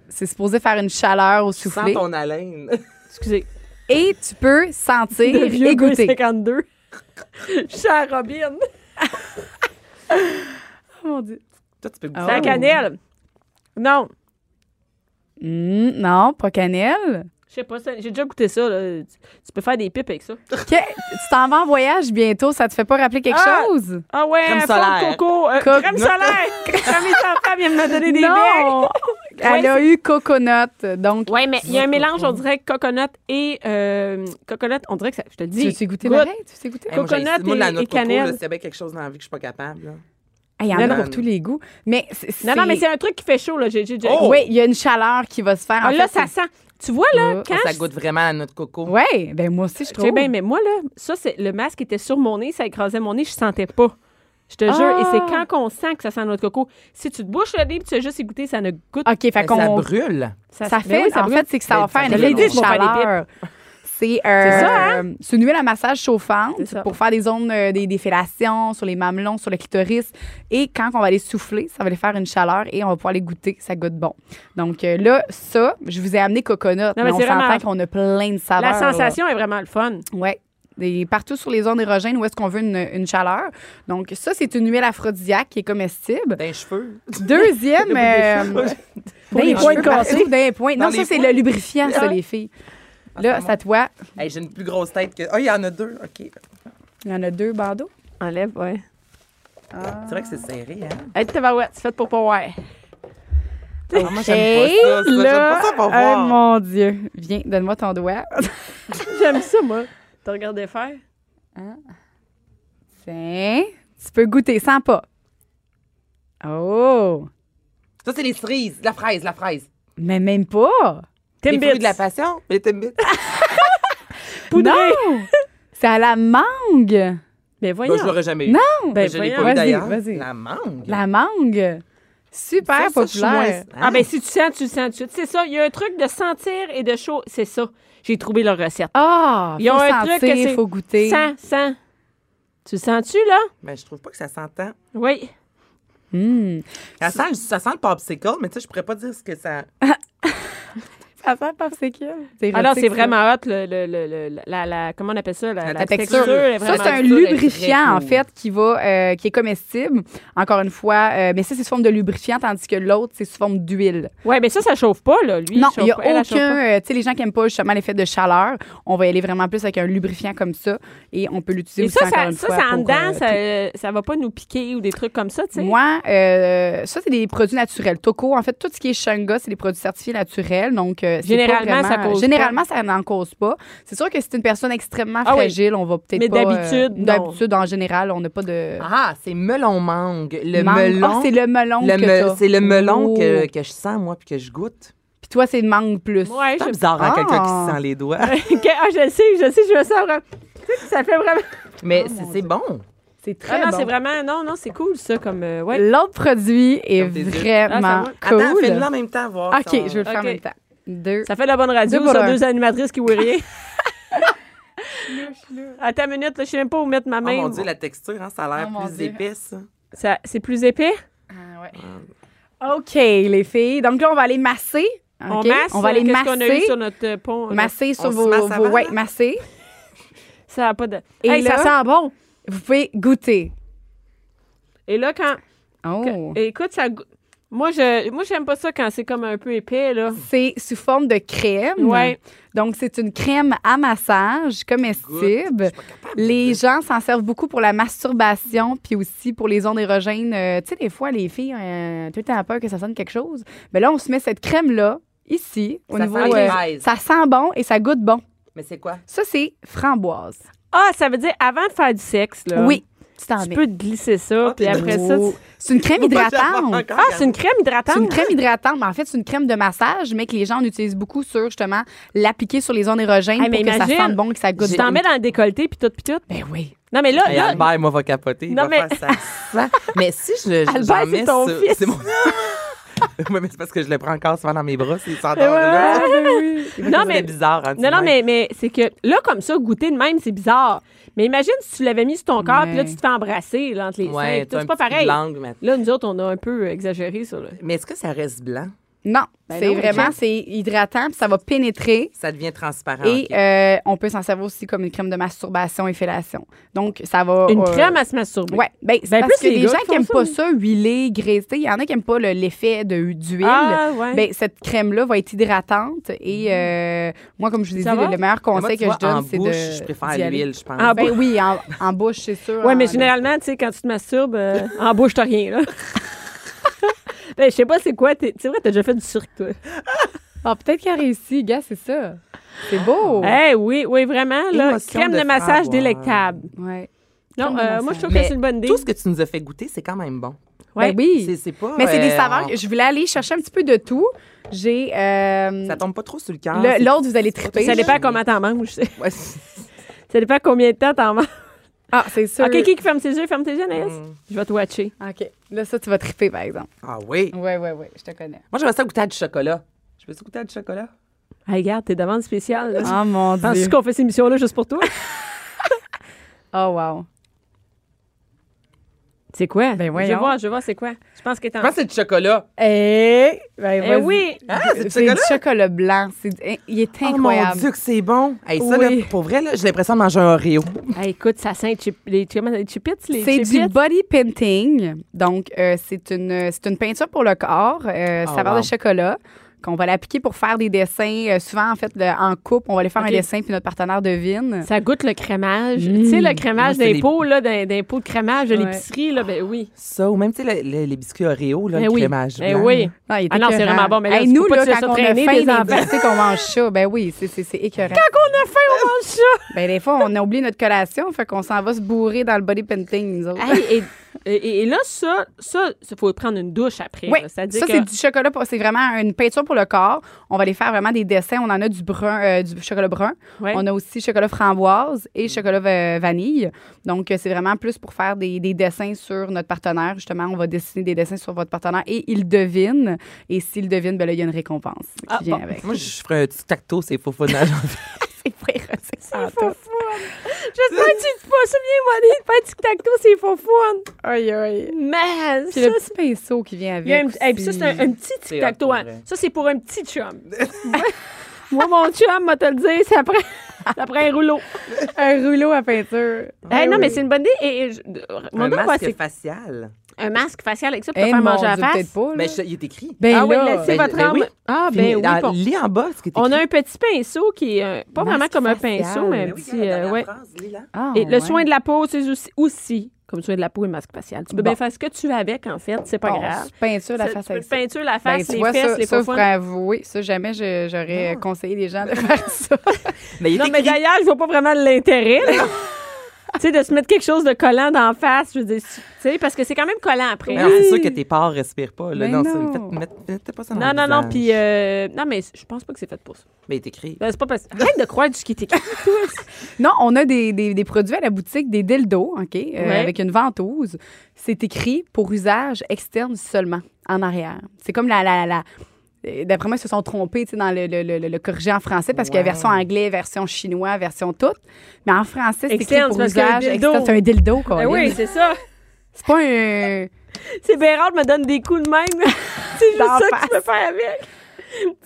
Speaker 6: C'est supposé faire une chaleur au
Speaker 5: Tu
Speaker 6: souffler.
Speaker 5: sens ton haleine.
Speaker 3: Excusez.
Speaker 6: Et tu peux sentir
Speaker 3: Le vieux
Speaker 6: et goûter.
Speaker 3: 52. Je suis à Robin.
Speaker 6: Oh mon Dieu.
Speaker 5: Toi, tu peux goûter.
Speaker 6: Ah
Speaker 3: La
Speaker 6: Oh.
Speaker 3: cannelle. Non.
Speaker 6: Hmm, non, pas cannelle.
Speaker 3: Je sais pas, ça- j'ai déjà goûté ça. là. Tu tu peux faire des pipes avec ça.
Speaker 6: Que- tu t'en vas en voyage bientôt, ça te fait pas rappeler quelque
Speaker 3: Ah!
Speaker 6: chose?
Speaker 3: Ah ouais,
Speaker 5: Crème
Speaker 3: fond
Speaker 5: solaire.
Speaker 3: de coco. euh,
Speaker 6: Co-
Speaker 3: crème solaire. Comme mes enfants viennent me donner des becs.
Speaker 6: non! Elle a eu coconut, donc...
Speaker 3: Ouais, mais il y a un mélange, on dirait coconut et euh, coconut, on dirait que ça, je te le
Speaker 6: Tu
Speaker 3: dis.
Speaker 6: veux-tu goûter
Speaker 3: Goûte.
Speaker 6: pareil? Tu veux-tu goûter?
Speaker 5: Hey, moi, j'ai-
Speaker 3: coconut
Speaker 5: moi, la
Speaker 3: et-
Speaker 5: noix
Speaker 3: et
Speaker 5: de coco, là,
Speaker 3: cannelle.
Speaker 5: C'est bien quelque chose dans la vie que je suis pas capable. là.
Speaker 6: Il y en a
Speaker 5: Non.
Speaker 6: pour tous les goûts. Mais c'est...
Speaker 3: Non, non, mais c'est un truc qui fait chaud, là. J'ai, j'ai, j'ai-
Speaker 5: Oh!
Speaker 6: Oui, il y a une chaleur qui va se faire. en
Speaker 3: Ah, là,
Speaker 6: fait,
Speaker 3: ça sent. Tu vois, là,
Speaker 6: Ah,
Speaker 3: quand.
Speaker 5: Ça
Speaker 3: je-
Speaker 5: goûte vraiment à la noix de coco.
Speaker 6: Oui, ben moi aussi, je
Speaker 3: Tu
Speaker 6: trouve.
Speaker 3: sais bien, mais moi, là, ça, c'est, le masque était sur mon nez, ça écrasait mon nez, je sentais pas. Je te
Speaker 6: Ah!
Speaker 3: jure, et c'est quand qu'on sent que ça sent la noix de coco. Si tu te bouches le nez puis tu as juste écouté, Ben, ça ne goûte
Speaker 6: OK, fait
Speaker 5: Mais Ça
Speaker 6: qu'on
Speaker 5: brûle.
Speaker 6: Ah, Ça
Speaker 3: ben
Speaker 6: fait,
Speaker 3: oui, ça
Speaker 6: en
Speaker 3: brûle.
Speaker 6: fait, c'est que ça va
Speaker 5: Ben,
Speaker 6: faire
Speaker 5: ça
Speaker 6: une
Speaker 5: fait
Speaker 6: énorme
Speaker 3: des pipes.
Speaker 6: chaleur.
Speaker 3: C'est
Speaker 6: C'est
Speaker 3: ça, hein?
Speaker 6: euh, c'est une huile à massage chauffante
Speaker 3: C'est ça.
Speaker 6: pour faire des zones euh, des, des fellations sur les mamelons, sur le clitoris. Et quand on va les souffler, ça va les faire une chaleur et on va pouvoir les goûter. Ça goûte bon. Donc euh, là, ça, je vous ai amené coconut. mais,
Speaker 3: mais
Speaker 6: on
Speaker 3: c'est vraiment-
Speaker 6: s'entend qu'on a plein de saveurs.
Speaker 3: La
Speaker 6: là.
Speaker 3: sensation est vraiment le fun.
Speaker 6: Ouais. Des- partout sur les zones érogènes où est-ce qu'on veut une, une chaleur. Donc ça, c'est une huile aphrodisiaque qui est comestible.
Speaker 5: D'un cheveu.
Speaker 6: Deuxième... euh,
Speaker 3: Pour
Speaker 6: d'un
Speaker 3: les
Speaker 6: point
Speaker 3: points cassés.
Speaker 6: point.
Speaker 5: Dans
Speaker 6: Non, ça,
Speaker 5: les
Speaker 6: c'est
Speaker 5: points.
Speaker 6: le lubrifiant,
Speaker 3: Ah.
Speaker 6: ça, les filles. Là,
Speaker 5: c'est
Speaker 6: ça te voit.
Speaker 5: Hey, j'ai une plus grosse tête que. Ah, il y en a deux. OK.
Speaker 6: Il y en a deux bandeaux.
Speaker 3: Enlève, ouais.
Speaker 5: C'est vrai que c'est serré, hein?
Speaker 3: Hey, tabarouette, c'est fait pour pas voir.
Speaker 5: Ah, moi, j'aime pas ça. ça. J'aime pas ça pour
Speaker 6: Ah,
Speaker 5: voir.
Speaker 6: mon Dieu. Viens, donne-moi ton doigt.
Speaker 3: J'aime ça, moi. T'as regardé faire?
Speaker 6: Tiens, tu peux goûter sans pas. Oh,
Speaker 5: Ça, c'est les cerises. La fraise, la fraise.
Speaker 6: mais même pas.
Speaker 5: Les
Speaker 3: Timbits.
Speaker 5: fruits de la passion. Les Timbits.
Speaker 6: Ah,
Speaker 3: Poudré.
Speaker 6: Non, c'est à la mangue.
Speaker 3: Mais
Speaker 5: Moi,
Speaker 3: voyons.
Speaker 5: je l'aurais jamais eu.
Speaker 6: Non.
Speaker 3: ben,
Speaker 5: Ben, je l'ai
Speaker 3: voyons.
Speaker 5: pas eu
Speaker 6: Vas-y,
Speaker 5: d'ailleurs.
Speaker 6: vas-y.
Speaker 5: La mangue.
Speaker 6: La mangue.
Speaker 5: Ça,
Speaker 6: Super
Speaker 5: ça, je suis
Speaker 6: populaire.
Speaker 5: moins-
Speaker 3: Ah ben si tu sens, tu le sens tout de suite. C'est ça, il y a un truc de sentir et de chaud. C'est ça. J'ai trouvé leur recette.
Speaker 6: Ah,
Speaker 3: Ils ont
Speaker 6: faut
Speaker 3: un truc que
Speaker 6: sentir,
Speaker 3: c'est-
Speaker 6: faut goûter.
Speaker 3: Sens, sens. Tu le sens-tu, là?
Speaker 5: Ben, je trouve pas que ça s'entend.
Speaker 3: Oui.
Speaker 6: Hmm.
Speaker 5: Ça sent, le- ça sent le popsicle, mais tu sais, je pourrais pas dire ce que ça.
Speaker 6: Ça sent popsicle. C'est
Speaker 3: Alors,
Speaker 6: érotique,
Speaker 3: Ah c'est
Speaker 6: ça.
Speaker 3: vraiment hot, le, le- le- le- la, la- comment on appelle ça? La,
Speaker 5: La
Speaker 3: la
Speaker 6: texture.
Speaker 3: est
Speaker 6: Ça,
Speaker 3: vraiment-
Speaker 6: c'est un
Speaker 5: texture est très
Speaker 6: lubrifiant, en
Speaker 5: cool.
Speaker 6: fait, qui va, euh, qui est comestible, encore une fois. euh, mais ça, c'est sous forme de lubrifiant, tandis que l'autre, c'est sous forme d'huile.
Speaker 3: Ouais, mais ça, ça chauffe pas, là. Lui, il
Speaker 6: non, il
Speaker 3: chauffe
Speaker 6: n'y a
Speaker 3: pas. Elle, elle chauffe
Speaker 6: aucun...
Speaker 3: pas.
Speaker 6: euh, tu sais, les gens qui n'aiment pas justement l'effet de chaleur, on va y aller vraiment plus avec un lubrifiant comme ça et on peut l'utiliser
Speaker 3: Et
Speaker 6: aussi
Speaker 3: ça,
Speaker 6: encore
Speaker 3: ça,
Speaker 6: une
Speaker 3: ça,
Speaker 6: fois
Speaker 3: ça en
Speaker 6: pour,
Speaker 3: dedans,
Speaker 6: euh,
Speaker 3: ça,
Speaker 6: tout.
Speaker 3: euh, ça va pas nous piquer ou des trucs comme ça, tu sais.
Speaker 6: Moi, euh, ça, c'est des produits naturels. Toco, en fait, tout ce qui est Shanga, c'est des produits certifiés naturels. Donc, euh, euh, c'est pas
Speaker 3: Généralement,
Speaker 6: vraiment-
Speaker 3: ça cause pas.
Speaker 6: Généralement, ça n'en cause pas. C'est sûr que c'est une personne extrêmement
Speaker 3: Ah oui.
Speaker 6: fragile, on va peut-être
Speaker 3: Mais
Speaker 6: pas, euh,
Speaker 3: d'habitude, non.
Speaker 6: d'habitude, en général, on n'a pas de.
Speaker 5: Ah, c'est melon mangue. Le
Speaker 6: mangue.
Speaker 5: melon.
Speaker 6: Ah, c'est le melon
Speaker 5: le
Speaker 6: que
Speaker 5: me-
Speaker 6: t'as.
Speaker 5: c'est le melon que,
Speaker 6: Oh.
Speaker 5: que je sens, moi, puis que je goûte.
Speaker 6: Puis toi, c'est le mangue plus.
Speaker 3: Ouais,
Speaker 5: C'est bizarre, hein,
Speaker 6: Ah.
Speaker 5: quelqu'un qui se sent les doigts.
Speaker 3: je... Ok, ah, je le sais, je le sais, je me sens vraiment. Tu sais, Ça fait vraiment.
Speaker 5: Mais
Speaker 6: Oh,
Speaker 5: c'est- c'est bon.
Speaker 6: C'est
Speaker 3: Ah
Speaker 6: très
Speaker 3: non,
Speaker 6: bon.
Speaker 3: c'est vraiment. Non, non, c'est cool, ça, comme. euh, ouais.
Speaker 6: L'autre produit est
Speaker 5: Comme tes yeux.
Speaker 6: vraiment
Speaker 3: Ah,
Speaker 6: cool.
Speaker 5: Attends, fais-le en même temps, voir.
Speaker 6: OK, je vais
Speaker 5: si on-
Speaker 6: le faire en
Speaker 3: Ok.
Speaker 6: même temps. Deux.
Speaker 3: Ça fait de la bonne radio,
Speaker 6: Deux pour
Speaker 3: ça,
Speaker 6: un.
Speaker 3: deux animatrices qui ouvrent rien. Attends une minute, là, je sais même pas où mettre ma
Speaker 5: Oh
Speaker 3: main.
Speaker 5: mon Dieu, la texture, hein, ça a l'air
Speaker 6: Oh, mon
Speaker 5: plus
Speaker 6: Dieu.
Speaker 5: épais, ça.
Speaker 3: Ça- C'est plus épais?
Speaker 6: Ah, ouais. OK, les filles. Donc là, on va aller masser.
Speaker 3: On
Speaker 6: OK?
Speaker 3: masse.
Speaker 6: On va aller
Speaker 3: euh, qu'est-ce
Speaker 6: masser.
Speaker 3: qu'on a eu sur notre euh, pont? euh,
Speaker 6: Masser sur
Speaker 5: se
Speaker 6: vos,
Speaker 5: masse avant,
Speaker 6: vos- ouais,
Speaker 5: là?
Speaker 6: masser.
Speaker 3: Ça a pas de.
Speaker 6: Et
Speaker 3: Hey,
Speaker 6: là-
Speaker 3: ça sent bon.
Speaker 6: Vous pouvez goûter.
Speaker 3: Et là, quand.
Speaker 6: Oh.
Speaker 3: Écoute, ça. go- Moi, je, moi, j'aime pas ça quand c'est comme un peu épais, là.
Speaker 6: C'est sous forme de crème.
Speaker 3: Ouais.
Speaker 6: Donc, c'est une crème à massage comestible. Les gens s'en servent beaucoup pour la masturbation, puis aussi pour les ondes érogènes. Euh, tu sais, des fois, les filles, euh, tout le temps peur que ça sonne quelque chose. Mais là, on se met cette crème-là, ici, au
Speaker 5: Ça
Speaker 6: niveau. euh,
Speaker 5: sent les fraises.
Speaker 6: ça sent bon et ça goûte bon.
Speaker 5: Mais c'est quoi?
Speaker 6: Ça, c'est framboise.
Speaker 3: Ah, ça veut dire avant de faire du sexe, là.
Speaker 6: Oui. Tu t'en
Speaker 3: Euh, Tu
Speaker 6: mets.
Speaker 3: peux te glisser ça,
Speaker 5: Ah,
Speaker 3: puis
Speaker 5: t'es
Speaker 3: après ça.
Speaker 6: Oh.
Speaker 3: tu-
Speaker 6: C'est une crème hydratante.
Speaker 3: Ah, c'est une crème
Speaker 6: C'est une
Speaker 3: hydratante.
Speaker 6: crème hydratante, mais en fait, c'est une crème de massage, mais que les gens en utilisent beaucoup sur justement l'appliquer sur les ondes érogènes
Speaker 3: Hey, mais
Speaker 6: pour que ça
Speaker 3: imagine,
Speaker 6: sente bon, que ça goûte
Speaker 3: Tu
Speaker 6: bon.
Speaker 3: t'en mets dans le décolleté, puis tout, puis tout.
Speaker 6: Ben oui.
Speaker 3: Non, mais là,
Speaker 5: Hey,
Speaker 3: là,
Speaker 5: Albert, moi, va capoter. Il
Speaker 3: Non,
Speaker 5: va
Speaker 3: mais-
Speaker 5: faire ça. mais si je. je-
Speaker 3: Albert,
Speaker 5: j'en
Speaker 3: c'est
Speaker 5: mets
Speaker 3: ton
Speaker 5: sur-
Speaker 3: fils.
Speaker 5: C'est mon. oui, mais c'est parce que je le prends encore souvent dans mes bras, c'est s'endort
Speaker 3: Ouais,
Speaker 5: là.
Speaker 3: ouais, ouais. non, mais,
Speaker 5: C'est bizarre, hein, tu
Speaker 3: non, non,
Speaker 5: sais.
Speaker 3: mais, mais c'est que là, comme ça, goûter de même, c'est bizarre. Mais imagine si tu l'avais mis sur ton corps,
Speaker 6: Ouais.
Speaker 3: puis là, tu te fais embrasser là, entre les seins,
Speaker 5: Ouais,
Speaker 3: puis tout,
Speaker 5: t'as un
Speaker 3: c'est pas
Speaker 5: petit peu de
Speaker 3: pareil.
Speaker 5: langue, mais...
Speaker 3: Là, nous autres, on a un peu exagéré sur le.
Speaker 5: mais est-ce que ça reste blanc?
Speaker 6: Non,
Speaker 3: Ben
Speaker 6: c'est
Speaker 3: non,
Speaker 6: vraiment
Speaker 3: Jean.
Speaker 6: c'est hydratant, puis ça va pénétrer.
Speaker 5: Ça devient transparent.
Speaker 6: Et
Speaker 5: Ah, ok.
Speaker 6: euh, on peut s'en servir aussi comme une crème de masturbation et fellation. Donc, ça va.
Speaker 3: Une
Speaker 6: euh,
Speaker 3: crème à se masturber.
Speaker 6: Ouais, ben, c'est
Speaker 3: Ben,
Speaker 6: parce
Speaker 3: plus
Speaker 6: que
Speaker 3: les
Speaker 6: les
Speaker 3: gars
Speaker 6: gens
Speaker 3: qui
Speaker 6: qui aiment
Speaker 3: font
Speaker 6: pas
Speaker 3: ça,
Speaker 6: ça, huilé, graissé, il y en a qui aiment pas le- l'effet de d'huile.
Speaker 3: Ah, ouais. Mhm.
Speaker 6: Ben, cette crème-là va être hydratante et euh, moi, comme je vous ai dit,
Speaker 3: Ça va?
Speaker 6: le meilleur
Speaker 5: Mais moi,
Speaker 6: conseil
Speaker 5: tu
Speaker 6: que
Speaker 5: vois,
Speaker 6: je donne,
Speaker 5: en
Speaker 6: c'est
Speaker 5: bouche,
Speaker 6: de.
Speaker 5: Je préfère
Speaker 6: d'y aller.
Speaker 5: l'huile, je pense.
Speaker 3: En
Speaker 6: Ben oui, en, en bouche, c'est sûr.
Speaker 3: Ouais, mais
Speaker 6: en-
Speaker 3: généralement, tu sais, quand tu te masturbes, euh, en bouche, t'as rien, là. ben, je sais pas c'est quoi. t'es- C'est vrai, t'as déjà fait du cirque, toi.
Speaker 6: Ah, peut-être qu'il a réussi, gars, c'est ça. C'est beau.
Speaker 3: Eh oui, oui, vraiment, là.
Speaker 5: Émotion
Speaker 3: Crème de,
Speaker 5: de
Speaker 3: massage
Speaker 5: framboise.
Speaker 3: délectable.
Speaker 6: Ouais. Crème
Speaker 3: Non,
Speaker 6: de
Speaker 3: euh,
Speaker 6: massage.
Speaker 3: moi, je trouve que
Speaker 5: Mais
Speaker 3: c'est une bonne idée.
Speaker 5: Tout ce que tu nous as fait goûter, c'est quand même bon.
Speaker 3: Ouais.
Speaker 6: Ben oui.
Speaker 5: C'est- C'est pas.
Speaker 6: Mais c'est des
Speaker 5: euh,
Speaker 6: saveurs.
Speaker 5: on-
Speaker 6: Je voulais aller chercher un petit peu de tout. J'ai. euh,
Speaker 5: Ça tombe pas trop sur le cœur.
Speaker 6: le-
Speaker 5: c'est-
Speaker 6: L'autre, vous allez
Speaker 5: c'est pas
Speaker 6: triper.
Speaker 3: Ça
Speaker 5: trop
Speaker 3: dépend
Speaker 5: chimique.
Speaker 3: comment t'en manges, je sais.
Speaker 5: Ouais, c'est-
Speaker 3: Ça dépend combien de temps t'en manges.
Speaker 6: Ah, c'est sûr.
Speaker 3: OK, qui qui ferme ses yeux? Ferme tes yeux, Anaïs.
Speaker 6: Mm.
Speaker 3: Je vais te watcher.
Speaker 6: OK. Là, ça, tu vas triper, par exemple.
Speaker 5: Ah oui.
Speaker 6: Ouais, ouais, ouais. Je te connais.
Speaker 5: Moi, j'aimerais ça goûter à du chocolat. Je peux ça goûter à du chocolat?
Speaker 3: Hey, regarde, t'es demande spéciale. Là.
Speaker 6: Ah, mon
Speaker 3: Penses-tu
Speaker 6: Dieu.
Speaker 3: qu'on fait cette émission-là juste pour toi?
Speaker 6: Oh, wow.
Speaker 3: c'est quoi? C'est quoi?
Speaker 6: Ben
Speaker 3: je
Speaker 6: voyons.
Speaker 3: vois, je vois, c'est quoi? Je pense que t'es en...
Speaker 5: Moi, c'est du chocolat.
Speaker 6: Eh, ben,
Speaker 3: Eh
Speaker 6: vas-y.
Speaker 3: oui!
Speaker 5: Ah, c'est du
Speaker 6: C'est
Speaker 5: chocolat?
Speaker 6: du chocolat blanc. C'est- eh, Il est
Speaker 5: Oh mon
Speaker 6: incroyable.
Speaker 5: Dieu, que c'est bon! Hey, ça,
Speaker 3: Oui.
Speaker 5: là, pour vrai, là, j'ai l'impression de manger un Oreo.
Speaker 3: Hey, écoute, ça sent les chip- les, comment- les chipettes, les
Speaker 6: C'est du
Speaker 3: chipettes.
Speaker 6: body painting. Donc, euh, c'est une, c'est une peinture pour le corps, euh,
Speaker 5: Oh,
Speaker 6: saveur
Speaker 5: wow.
Speaker 6: de chocolat, qu'on va l'appliquer pour faire des dessins. Euh, souvent, en fait, le- en couple, on va aller faire
Speaker 3: Ok.
Speaker 6: un dessin, puis notre partenaire devine.
Speaker 3: Ça goûte le crémage.
Speaker 6: Mm.
Speaker 3: Tu sais, le crémage
Speaker 5: Moi, c'est
Speaker 3: des
Speaker 5: les-
Speaker 3: pots, là, d'un d'un pot de crémage de
Speaker 6: Ouais.
Speaker 3: l'épicerie, là, ben oui.
Speaker 5: Ça, ou même, tu sais, le- le- les biscuits Oreo, là,
Speaker 3: Ben
Speaker 5: le
Speaker 3: oui.
Speaker 5: crémage
Speaker 3: Ben
Speaker 5: blanc,
Speaker 3: oui.
Speaker 6: Ah, il est
Speaker 3: Ah non, c'est
Speaker 6: écœurant.
Speaker 3: vraiment bon, mais là,
Speaker 6: Hey,
Speaker 3: tu
Speaker 6: nous,
Speaker 3: peux pas
Speaker 6: là,
Speaker 3: te laisser
Speaker 6: quand on a faim,
Speaker 3: traîner,
Speaker 6: les
Speaker 3: tes enfants.
Speaker 6: enfants, qu'on mange ça. Ben oui, c'est- c'est c'est écœurant.
Speaker 3: On a faim, on mange ça!
Speaker 6: Ben, des fois, on a oublié notre collation, fait qu'on s'en va se bourrer dans le body painting, nous autres.
Speaker 3: Hey, et, et- et là, ça, ça, il faut prendre une douche après.
Speaker 6: Oui,
Speaker 3: là.
Speaker 6: ça,
Speaker 3: C'est-à-dire que-
Speaker 6: c'est du chocolat. pour- C'est vraiment une peinture pour le corps. On va aller faire vraiment des dessins. On en a du brun, euh, du chocolat brun.
Speaker 3: Ouais. Mm.
Speaker 6: On a aussi chocolat framboise et chocolat va- vanille. Donc, euh, c'est vraiment plus pour faire des, des dessins sur notre partenaire. Justement, on va dessiner des dessins sur votre partenaire et il devine. Et s'il devine, ben là, il y a une récompense qui
Speaker 3: Ah,
Speaker 6: vient
Speaker 3: bon.
Speaker 6: avec.
Speaker 5: Ben, Moi, je ferais un petit tacto, c'est faux faux
Speaker 6: C'est vrai, c'est ça.
Speaker 3: J'espère que tu te pas souviens, Monique, de faire tic-tac-toe, c'est faux fun.
Speaker 6: Aïe, aïe.
Speaker 3: Mais
Speaker 6: Puis
Speaker 3: ça,
Speaker 6: le petit pinceau qui vient avec.
Speaker 3: il y a un, hey, puis ça,
Speaker 6: aussi.
Speaker 3: c'est un, un petit
Speaker 5: hot,
Speaker 3: tic-tac-toe.
Speaker 5: pour
Speaker 3: hein.
Speaker 5: vrai.
Speaker 3: Ça, c'est pour un petit chum. Moi, mon chum, m'a te le dire, ça prend, ça prend un rouleau.
Speaker 6: un rouleau à peinture.
Speaker 3: Hey, Eh, non,
Speaker 6: oui.
Speaker 3: mais c'est une bonne idée. Et, et je- mon
Speaker 5: Un
Speaker 3: doigt, moi,
Speaker 5: masque
Speaker 3: c'est
Speaker 5: facial.
Speaker 3: un masque facial avec ça pour te
Speaker 6: Eh,
Speaker 3: faire
Speaker 6: mon
Speaker 3: manger à
Speaker 6: Dieu,
Speaker 3: la face.
Speaker 6: peut-être pas. là.
Speaker 5: Mais je- il est écrit.
Speaker 6: Ben
Speaker 3: ah oui,
Speaker 6: là.
Speaker 3: laissez
Speaker 5: Ben,
Speaker 3: votre
Speaker 5: ben
Speaker 3: âme.
Speaker 5: oui.
Speaker 3: Ah, ben
Speaker 5: Fini-
Speaker 3: oui.
Speaker 5: dans-
Speaker 3: bon.
Speaker 5: Lis en bas ce qui est écrit. Ah,
Speaker 3: On a un petit pinceau qui est euh, pas
Speaker 6: Masque
Speaker 3: vraiment comme un
Speaker 6: facial.
Speaker 3: pinceau, mais un
Speaker 5: Ben oui,
Speaker 3: petit.
Speaker 5: regarde la
Speaker 3: euh,
Speaker 5: dernière
Speaker 3: ouais.
Speaker 5: phrase, lis-la.
Speaker 6: Ah,
Speaker 3: Et le
Speaker 6: ouais.
Speaker 3: soin de la peau, c'est aussi, aussi comme tu as de la peau et masque facial. Tu peux
Speaker 6: Bon.
Speaker 3: bien faire ce que tu veux avec, en fait, c'est pas
Speaker 6: Bon,
Speaker 3: grave.
Speaker 6: Peinture, la
Speaker 3: Ça,
Speaker 6: face
Speaker 3: tu peux
Speaker 6: avec
Speaker 3: te
Speaker 6: ça.
Speaker 3: peinture la
Speaker 6: Ben,
Speaker 3: face,
Speaker 6: tu
Speaker 3: les
Speaker 6: vois,
Speaker 3: fesses,
Speaker 6: ça,
Speaker 3: les
Speaker 6: ça, faut
Speaker 3: poufounes.
Speaker 6: avouer. Ça, jamais je- j'aurais conseillé les gens de faire ça.
Speaker 5: Mais il est
Speaker 3: Non, mais
Speaker 5: écrit-
Speaker 3: d'ailleurs, je vois pas vraiment l'intérêt. là. tu sais, de se mettre quelque chose de collant d'en face, je veux dire, tu sais, parce que c'est quand même collant après.
Speaker 5: Mais non, c'est sûr que tes pores respirent pas. Là.
Speaker 6: Mais
Speaker 5: Non, ça-
Speaker 6: non.
Speaker 5: faites- mettez- mettez pas ça dans
Speaker 3: Non,
Speaker 5: le
Speaker 3: non, non,
Speaker 5: visage.
Speaker 3: puis... euh, non, mais je pense pas que c'est fait pour ça.
Speaker 5: Mais il est écrit.
Speaker 3: Ben, C'est pas parce... Arrête de croire du ski t'écris.
Speaker 6: Non, on a des, des- des produits à la boutique, des dildos, OK, euh,
Speaker 3: Ouais.
Speaker 6: avec une ventouse. C'est écrit pour usage externe seulement, en arrière. C'est comme la... la, la- euh, D'après moi, ils se sont trompés tu sais, dans le, le, le- le corrigé en français parce qu'il y a
Speaker 5: Ouais.
Speaker 6: version anglais, version chinois, version toute. Mais en français, c'est écrit
Speaker 3: Externe,
Speaker 6: pour
Speaker 3: c'est parce qu'il y a un
Speaker 6: usage
Speaker 3: dildo.
Speaker 6: externe. C'est un dildo, quoi.
Speaker 3: Ben oui, c'est ça.
Speaker 6: C'est pas un...
Speaker 3: C'est bien rare, de me donne des coups de même. c'est juste
Speaker 6: D'en
Speaker 3: ça que tu peux faire avec.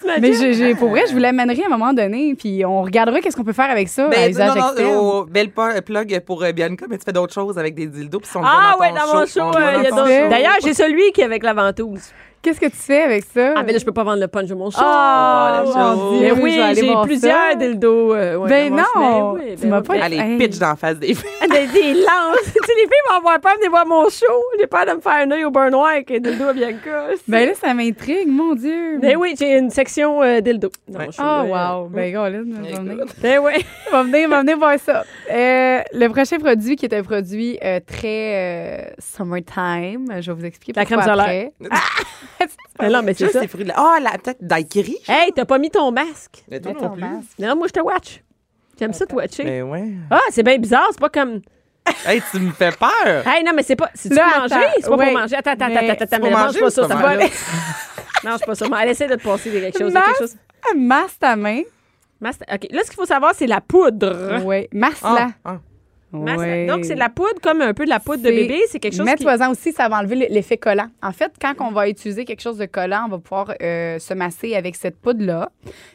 Speaker 3: T'imagines?
Speaker 6: Mais j'ai- j'ai- pour vrai, je vous l'amènerai à un moment donné, puis on regardera qu'est-ce qu'on peut faire avec ça, euh, à
Speaker 5: Ben,
Speaker 6: usage
Speaker 5: non, non,
Speaker 3: euh,
Speaker 6: externe.
Speaker 5: oh, belle po- plug pour euh, Bianca, mais tu fais d'autres choses avec des dildos. Puis si on le
Speaker 3: Ah
Speaker 5: voit
Speaker 3: ouais,
Speaker 5: dans
Speaker 3: dans
Speaker 5: ton
Speaker 3: mon
Speaker 5: show, on
Speaker 3: show,
Speaker 5: le voit
Speaker 3: euh, il y a
Speaker 5: dans ton
Speaker 3: d'autres-
Speaker 5: show.
Speaker 3: D'ailleurs, j'ai celui qui est avec la ventouse.
Speaker 6: Qu'est-ce que tu fais avec ça?
Speaker 3: Ah, mais là, je peux pas vendre le punch de mon show.
Speaker 6: Ah,
Speaker 5: Oh,
Speaker 6: mon Dieu,
Speaker 3: Mais
Speaker 6: oui,
Speaker 3: oui,
Speaker 6: je vais aller
Speaker 3: j'ai
Speaker 6: voir
Speaker 3: plusieurs
Speaker 6: ça.
Speaker 3: dildos. euh, ouais,
Speaker 6: Ben
Speaker 3: dans mon show.
Speaker 6: non,
Speaker 3: Mais oui,
Speaker 6: tu
Speaker 3: ben
Speaker 6: m'as
Speaker 3: oui,
Speaker 6: pas
Speaker 3: ben-
Speaker 5: Allez,
Speaker 6: Hey.
Speaker 5: pitch d'en face des filles.
Speaker 3: des, Ah, ben, des lances. tu sais, les filles vont avoir peur de venir voir mon show. J'ai peur de me faire un œil au beurre noir avec un dildo à Bianca.
Speaker 6: Ben là, ça m'intrigue, mon Dieu.
Speaker 3: Ben oui, j'ai une section euh, dildo dans mon
Speaker 5: Ouais.
Speaker 3: show.
Speaker 6: Oh,
Speaker 3: ouais.
Speaker 6: wow. Ben, gars, là, je vais venir.
Speaker 3: Ben oui.
Speaker 6: Je vais venir, je vais venir voir ça. Euh, le prochain produit qui est un produit euh, très euh, summertime, je vais vous expliquer
Speaker 3: La crème
Speaker 6: pourquoi
Speaker 3: solaire.
Speaker 6: après.
Speaker 3: Ben non, mais c'est
Speaker 5: Juste
Speaker 3: ça.
Speaker 5: les fruits de la. Ah, la- peut-être d'aiquiri.
Speaker 3: Hey, t'as pas mis ton masque.
Speaker 5: Mais toi
Speaker 6: Mets
Speaker 5: non
Speaker 6: ton
Speaker 5: plus.
Speaker 6: masque.
Speaker 3: Non, moi, je te watch. J'aime ça te watcher.
Speaker 5: Ben ouais.
Speaker 3: Ah, c'est bien bizarre. C'est pas comme.
Speaker 5: Hey, tu me fais peur.
Speaker 3: Hey, non, mais c'est pas. C'est-tu
Speaker 6: Là,
Speaker 3: pour
Speaker 6: attends,
Speaker 3: manger? C'est pas
Speaker 6: ouais.
Speaker 3: pour manger. Attends, attends,
Speaker 6: Mais
Speaker 3: attends, attends.
Speaker 5: c'est
Speaker 3: Mais
Speaker 5: pour
Speaker 3: mange
Speaker 5: manger
Speaker 3: pas
Speaker 5: ou
Speaker 3: ça.
Speaker 5: c'est
Speaker 3: ça
Speaker 5: pour
Speaker 3: va
Speaker 5: manger?
Speaker 3: aller. Mange pas ça. Elle essaie de te passer de quelque chose. de
Speaker 6: Masque.
Speaker 3: Quelque chose.
Speaker 6: Ah, Masse ta main.
Speaker 3: Masque- OK. Là, ce qu'il faut savoir, c'est la poudre.
Speaker 6: Oui. Masse-la.
Speaker 5: Ah, ah.
Speaker 3: Masque-
Speaker 6: Ouais.
Speaker 3: Hein? Donc, c'est de la poudre, comme un peu de la poudre de
Speaker 6: C'est-
Speaker 3: bébé. C'est quelque chose qui...
Speaker 6: Mets-toi-en aussi, ça va enlever l'effet collant. En fait, quand on va utiliser quelque chose de collant, on va pouvoir euh, se masser avec cette poudre-là,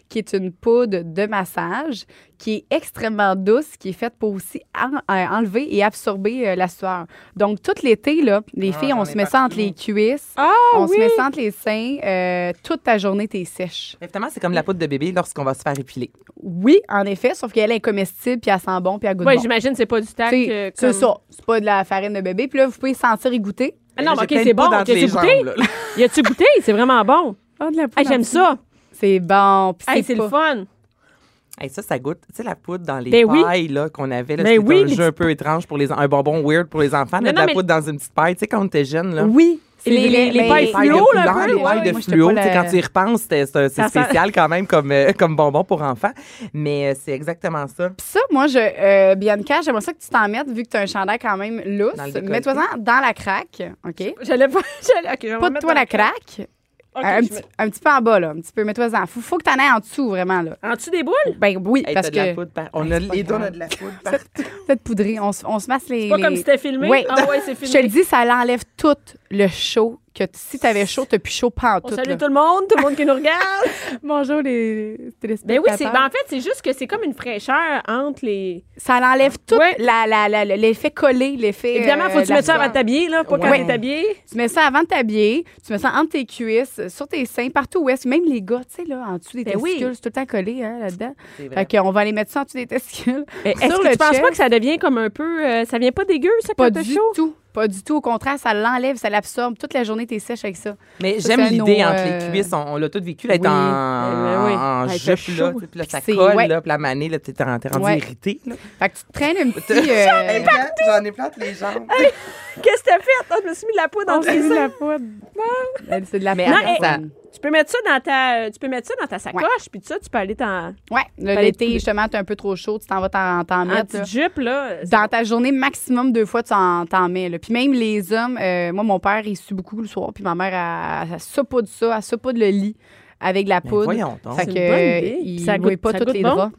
Speaker 6: qui est une poudre de massage, qui est extrêmement douce, qui est faite pour aussi en- euh, enlever et absorber euh, la sueur. Donc, tout l'été, là, les
Speaker 5: Ah,
Speaker 6: filles, on
Speaker 5: j'en
Speaker 6: se
Speaker 5: ai
Speaker 6: met ça entre
Speaker 5: partout.
Speaker 6: les cuisses,
Speaker 3: Ah,
Speaker 6: on
Speaker 3: oui!
Speaker 6: se met ça entre les seins. euh, toute ta journée, t'es sèche.
Speaker 5: Mais Finalement, c'est comme la poudre de bébé lorsqu'on va se faire épiler.
Speaker 6: Oui, en effet, sauf qu'elle est comestible, puis elle sent bon, puis elle goûte
Speaker 3: Ouais,
Speaker 6: bon.
Speaker 3: j'imagine que c'est pas du tac.
Speaker 6: Tu sais,
Speaker 3: euh,
Speaker 6: C'est
Speaker 3: comme-
Speaker 6: ça. C'est pas de la farine de bébé. Puis là, vous pouvez sentir et goûter.
Speaker 3: Ah non, mais
Speaker 5: Là, j'ai
Speaker 3: OK,
Speaker 5: plein de
Speaker 3: c'est
Speaker 5: poudres
Speaker 3: bon.
Speaker 5: entre
Speaker 3: Y
Speaker 5: les
Speaker 3: a-tu goûté?
Speaker 5: jambes, là.
Speaker 3: Y a-tu goûté? C'est vraiment bon.
Speaker 6: Ah, de la
Speaker 3: Hey, Ah, J'aime ça.
Speaker 6: C'est bon. Puis
Speaker 3: Hey,
Speaker 6: c'est
Speaker 3: c'est
Speaker 6: pas-
Speaker 3: le fun.
Speaker 5: Hey, ça, ça goûte. Tu sais, la poudre dans les
Speaker 3: Ben oui.
Speaker 5: pailles là, qu'on avait. Là,
Speaker 3: Ben
Speaker 5: c'était
Speaker 3: oui,
Speaker 5: un
Speaker 3: les
Speaker 5: jeu un peu étrange pour les en- un bonbon weird pour les enfants.
Speaker 3: Non,
Speaker 5: là, de
Speaker 3: non,
Speaker 5: la
Speaker 3: mais-
Speaker 5: poudre dans une petite paille. Tu sais, quand on était jeune, là.
Speaker 6: Oui. c'est
Speaker 3: Les-
Speaker 6: vrai,
Speaker 3: les- les
Speaker 6: mais-
Speaker 3: pailles
Speaker 5: paille de
Speaker 3: fluo, là,
Speaker 5: couleur,
Speaker 3: un peu,
Speaker 5: les
Speaker 3: ouais,
Speaker 5: pailles
Speaker 6: ouais.
Speaker 5: de
Speaker 6: Moi, j'étais
Speaker 5: fluo.
Speaker 6: pas
Speaker 5: Tu sais,
Speaker 6: la-
Speaker 5: Quand tu y repenses, c'était- c'est c'est
Speaker 3: Ça sent-
Speaker 5: spécial quand même comme, euh, comme bonbon pour enfants. Mais euh, c'est exactement ça.
Speaker 6: Puis ça, moi, je, euh, Bianca, j'aimerais ça que tu t'en mettes, vu que tu as un chandail quand même lousse.
Speaker 5: Dans le décolleté.
Speaker 6: Mets-toi-en dans la craque, OK?
Speaker 3: J'allais pas... j'allais- OK, je vais
Speaker 6: Pas
Speaker 3: me
Speaker 6: de
Speaker 3: mettre
Speaker 6: toi
Speaker 3: dans-
Speaker 6: la craque.
Speaker 3: OK,
Speaker 6: un,
Speaker 3: je
Speaker 6: petit, un petit peu en bas, là. Un petit peu, mets-toi-en. Faut, faut que t'en ailles en dessous, vraiment, là.
Speaker 3: me- En dessous des boules?
Speaker 6: Ben oui,
Speaker 5: Hey,
Speaker 6: parce
Speaker 5: t'as de la
Speaker 6: que
Speaker 5: poudre par- On
Speaker 3: Ben,
Speaker 6: Hey,
Speaker 5: a
Speaker 6: c'est pas
Speaker 5: les deux, on a
Speaker 6: grave.
Speaker 5: de la poudre partout.
Speaker 6: cette poudrerie, on, se- on se masse les...
Speaker 3: Pas comme
Speaker 6: les-
Speaker 3: si c'était filmé?
Speaker 6: Ouais.
Speaker 3: Ah ouais, c'est
Speaker 6: Je te le
Speaker 3: filmé.
Speaker 6: dis, ça l'enlève tout le chaud. Que t- si t'avais chaud, t'as plus chaud pas en
Speaker 3: On
Speaker 6: tout.
Speaker 3: salue tout le monde, tout le monde qui nous regarde.
Speaker 6: Bonjour les
Speaker 3: Ben oui, c'est, ben en fait, c'est juste que c'est comme une fraîcheur entre les.
Speaker 6: Ça l'enlève tout
Speaker 3: Ouais.
Speaker 6: la- la- la- la- l'effet collé, l'effet.
Speaker 3: Évidemment, faut que tu
Speaker 6: euh,
Speaker 3: mettes ça
Speaker 6: la-
Speaker 3: avant de t'habiller, là, pas quand
Speaker 5: Ouais.
Speaker 3: t'es habillé.
Speaker 6: Tu mets ça avant de t'habiller, tu mets ça entre tes cuisses, euh, sur tes seins, partout où est-ce, même les gars, tu sais, là, en dessous des
Speaker 3: Ben oui.
Speaker 6: testicules, c'est tout le temps collé hein, là-dedans.
Speaker 5: C'est vrai.
Speaker 6: Fait qu'on va aller mettre ça en dessous des testicules.
Speaker 3: Mais est-ce
Speaker 6: Sur
Speaker 3: que
Speaker 6: le
Speaker 3: tu penses
Speaker 6: chest.
Speaker 3: pas que ça devient comme un peu. euh, ça vient pas dégueu, ça,
Speaker 6: Pas
Speaker 3: quand t'as
Speaker 6: du
Speaker 3: chaud?
Speaker 6: tout. Pas du tout. Au contraire, ça l'enlève, ça l'absorbe. Toute la journée, t'es sèche avec ça.
Speaker 5: Mais
Speaker 6: Ça,
Speaker 5: j'aime
Speaker 6: c'est nos,
Speaker 5: l'idée entre les
Speaker 6: euh,
Speaker 5: cuisses. On, on l'a tout vécu, là, être
Speaker 6: oui.
Speaker 5: en,
Speaker 3: Eh ben oui.
Speaker 5: en
Speaker 3: Hey,
Speaker 5: jupe,
Speaker 3: c'est
Speaker 5: là,
Speaker 3: chaud.
Speaker 5: tu sais, puis là, ça
Speaker 6: C'est-
Speaker 5: colle,
Speaker 6: ouais.
Speaker 5: là, puis la manée, là, t'es t'es rendu
Speaker 6: Ouais.
Speaker 5: irrité. Là.
Speaker 6: Fait que tu te traînes une petite.
Speaker 5: J'en
Speaker 6: euh,
Speaker 5: ai Ah, plate les jambes.
Speaker 3: Ben, Qu'est-ce que t'as fait? Ah, je me suis mis de la poudre
Speaker 6: on
Speaker 3: dans
Speaker 6: s'est
Speaker 3: tes
Speaker 6: mis de
Speaker 3: seins.
Speaker 6: la poudre. Elle, C'est de la
Speaker 5: Mais
Speaker 6: poudre.
Speaker 3: attends,
Speaker 5: ça-
Speaker 3: Tu peux mettre ça dans ta. euh, Tu peux mettre ça dans ta sacoche, puis ça, tu peux aller t'en.
Speaker 6: Ouais, là,
Speaker 3: Fallait
Speaker 6: l'été,
Speaker 3: couler. Ah,
Speaker 6: justement, t'es un peu trop chaud, tu t'en vas t'en t'en
Speaker 3: En
Speaker 6: mettre. là.
Speaker 3: petite jupe, là.
Speaker 6: Dans ta journée, maximum deux fois, tu en, t'en mets. là. Puis même les hommes, euh, moi, mon père, il sue beaucoup le soir. Puis ma mère, elle, elle, saupoudre ça, elle saupoudre le lit avec de la poudre.
Speaker 5: voyons donc.
Speaker 6: Fait
Speaker 3: C'est
Speaker 6: que,
Speaker 3: une bonne idée.
Speaker 6: euh, il
Speaker 3: Puis ça
Speaker 6: mouille
Speaker 3: goûte-
Speaker 6: pas
Speaker 3: ça
Speaker 6: tous
Speaker 3: goûte
Speaker 6: les
Speaker 3: bon?
Speaker 6: draps.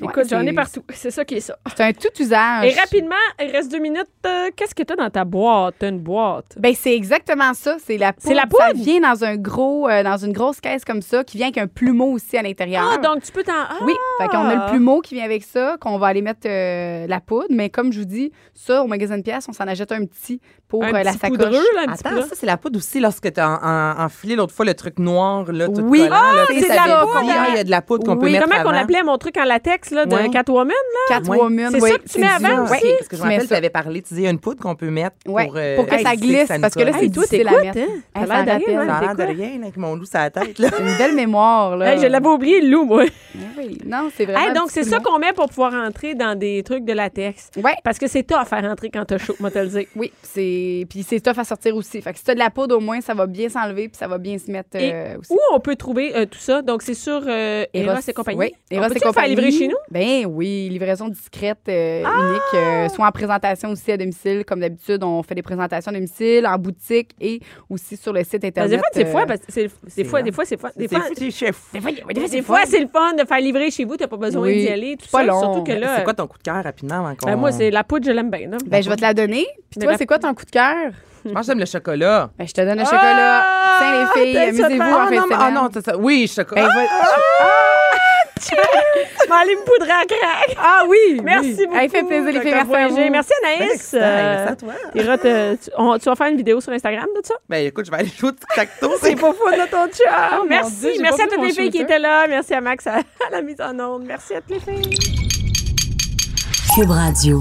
Speaker 6: Ouais,
Speaker 3: Écoute, j'en ai
Speaker 6: c'est- Ah,
Speaker 3: partout. C'est ça qui est ça.
Speaker 6: C'est un tout usage.
Speaker 3: Et rapidement, il reste deux minutes. euh, qu'est-ce que t'as dans ta boîte? T'as une boîte.
Speaker 6: Ben, c'est exactement ça. C'est la poudre.
Speaker 3: C'est la
Speaker 6: Ça
Speaker 3: poudre?
Speaker 6: vient dans, un gros, euh, dans une grosse caisse comme ça, qui vient avec un plumeau aussi à l'intérieur.
Speaker 3: Ah, donc tu peux t'en. Ah,
Speaker 6: Oui, fait qu'on a le plumeau qui vient avec ça, qu'on va aller mettre euh, la poudre. Mais comme je vous dis, ça, au magasin de pièces, on s'en achète un petit pour
Speaker 3: un
Speaker 6: euh, la
Speaker 3: petit
Speaker 6: sacoche.
Speaker 3: poudreux, là, un petit
Speaker 5: Attends,
Speaker 3: poudreux.
Speaker 5: ça, c'est la poudre aussi lorsque tu as en- en- enfilé l'autre fois le truc noir, là, tout
Speaker 6: Oui.
Speaker 5: collant, là.
Speaker 6: Ah,
Speaker 5: Tu sais,
Speaker 6: c'est de la
Speaker 5: ça vient
Speaker 6: poudre,
Speaker 5: combien
Speaker 6: hein?
Speaker 5: Il y a de la poudre qu'on peut
Speaker 3: Oui,
Speaker 5: mettre
Speaker 3: comment qu'on
Speaker 5: avant.
Speaker 3: appelait mon truc en latex? Netflix là, de
Speaker 5: Ouais.
Speaker 3: Catwoman. Là.
Speaker 6: Catwoman,
Speaker 3: C'est
Speaker 6: oui.
Speaker 3: ça que tu mets
Speaker 6: du-
Speaker 3: avant
Speaker 6: ouais.
Speaker 3: aussi?
Speaker 5: Parce que je
Speaker 6: Tu
Speaker 5: me
Speaker 6: mets
Speaker 5: rappelle,
Speaker 6: ça.
Speaker 5: tu avais parlé, tu disais, il y a une poudre qu'on peut mettre
Speaker 6: Ouais,
Speaker 5: pour, euh,
Speaker 6: pour que ça
Speaker 5: éviter
Speaker 6: glisse,
Speaker 5: nous
Speaker 6: parce que là,
Speaker 5: colle.
Speaker 6: c'est
Speaker 3: Hey, toi,
Speaker 6: difficile à
Speaker 3: t'écoutes,
Speaker 6: mettre.
Speaker 3: hein? T'as
Speaker 6: Elle
Speaker 3: l'air
Speaker 6: s'en
Speaker 3: de rien,
Speaker 6: rappelle.
Speaker 3: hein,
Speaker 5: Ça a l'air de
Speaker 3: t'écoutes.
Speaker 5: rien avec mon loup sur la tête. Là.
Speaker 6: C'est une belle mémoire, là.
Speaker 3: Hey, je l'avais oublié, le loup, moi.
Speaker 6: Oui, non, c'est vraiment. hein.
Speaker 3: Hey, donc, c'est ça
Speaker 6: absolument-
Speaker 3: qu'on met pour pouvoir entrer dans des trucs de latex.
Speaker 6: hein. Ouais.
Speaker 3: Parce que c'est tough à faire entrer quand t'as chaud, moi, te le dire.
Speaker 6: Oui, c'est puis c'est tough à sortir aussi. Fait que si t'as de la poudre, au moins, ça va bien s'enlever puis ça va bien se mettre
Speaker 3: Et
Speaker 6: euh, aussi.
Speaker 3: Où on peut trouver euh, tout ça? Donc, c'est sur euh, Eros, et compagnie.
Speaker 6: Oui,
Speaker 3: On
Speaker 6: Eros et
Speaker 3: peut-tu le
Speaker 6: compagnie.
Speaker 3: faire livrer chez nous? Ah!
Speaker 6: Ben oui, livraison discrète, euh, unique, euh, soit en présentation aussi à domicile. Comme d'habitude, on fait des présentations à domicile, en boutique et aussi sur le site
Speaker 3: Parce que Ben, des
Speaker 6: internet.
Speaker 3: fois, c'est
Speaker 6: euh,
Speaker 3: fois, parce que c'est- des
Speaker 5: c'est
Speaker 3: fois,
Speaker 5: là.
Speaker 3: des fois, c'est fun. Des
Speaker 5: C'est
Speaker 3: fois,
Speaker 5: fou, c'est chef.
Speaker 3: des fois, des fois, c'est le fun de faire livrer chez vous, t'as pas besoin
Speaker 6: Oui,
Speaker 3: d'y aller, tout
Speaker 6: pas
Speaker 3: ça.
Speaker 6: long.
Speaker 3: Surtout que là,
Speaker 5: C'est quoi ton coup de cœur rapidement avant qu'on...
Speaker 3: ben, moi, c'est la poudre, je l'aime bien. là.
Speaker 6: Ben, je vais te la donner. Puis
Speaker 3: Mais
Speaker 6: toi,
Speaker 3: la- Ah!
Speaker 6: c'est quoi ton coup de cœur?
Speaker 5: Je pense que j'aime le chocolat.
Speaker 6: Ben, je te donne le chocolat. Tiens, les filles,
Speaker 3: t'as ça
Speaker 6: amusez-vous
Speaker 3: de-
Speaker 6: en
Speaker 5: Ah
Speaker 6: fin de
Speaker 5: non, mais- ah
Speaker 6: semaine.
Speaker 5: non, c'est ça. Oui, chocolat.
Speaker 6: Ben, va-
Speaker 3: Je vais aller me poudrer à crack.
Speaker 6: Ah oui!
Speaker 3: Merci
Speaker 6: oui.
Speaker 3: beaucoup.
Speaker 6: Hey, fait plaisir, les filles.
Speaker 3: Dr.
Speaker 6: Merci à
Speaker 3: Voyager.
Speaker 6: vous.
Speaker 3: Merci,
Speaker 5: Ben,
Speaker 3: Anaïs.
Speaker 5: excitant, merci à toi.
Speaker 3: Tira, te- tu, on- tu vas faire une vidéo sur Instagram de ça?
Speaker 5: Ben, écoute, je vais aller jouer au tic-tac-toe.
Speaker 3: C'est pas fou de ton chat.
Speaker 6: Oh mon
Speaker 3: merci.
Speaker 6: Dieu, j'ai
Speaker 3: merci
Speaker 6: pas
Speaker 3: à
Speaker 6: vu
Speaker 3: toutes
Speaker 6: mon
Speaker 3: les filles qui
Speaker 6: shooter.
Speaker 3: étaient là. Merci à Max à, à la mise en onde. Merci à toutes les filles.
Speaker 1: Cube Radio.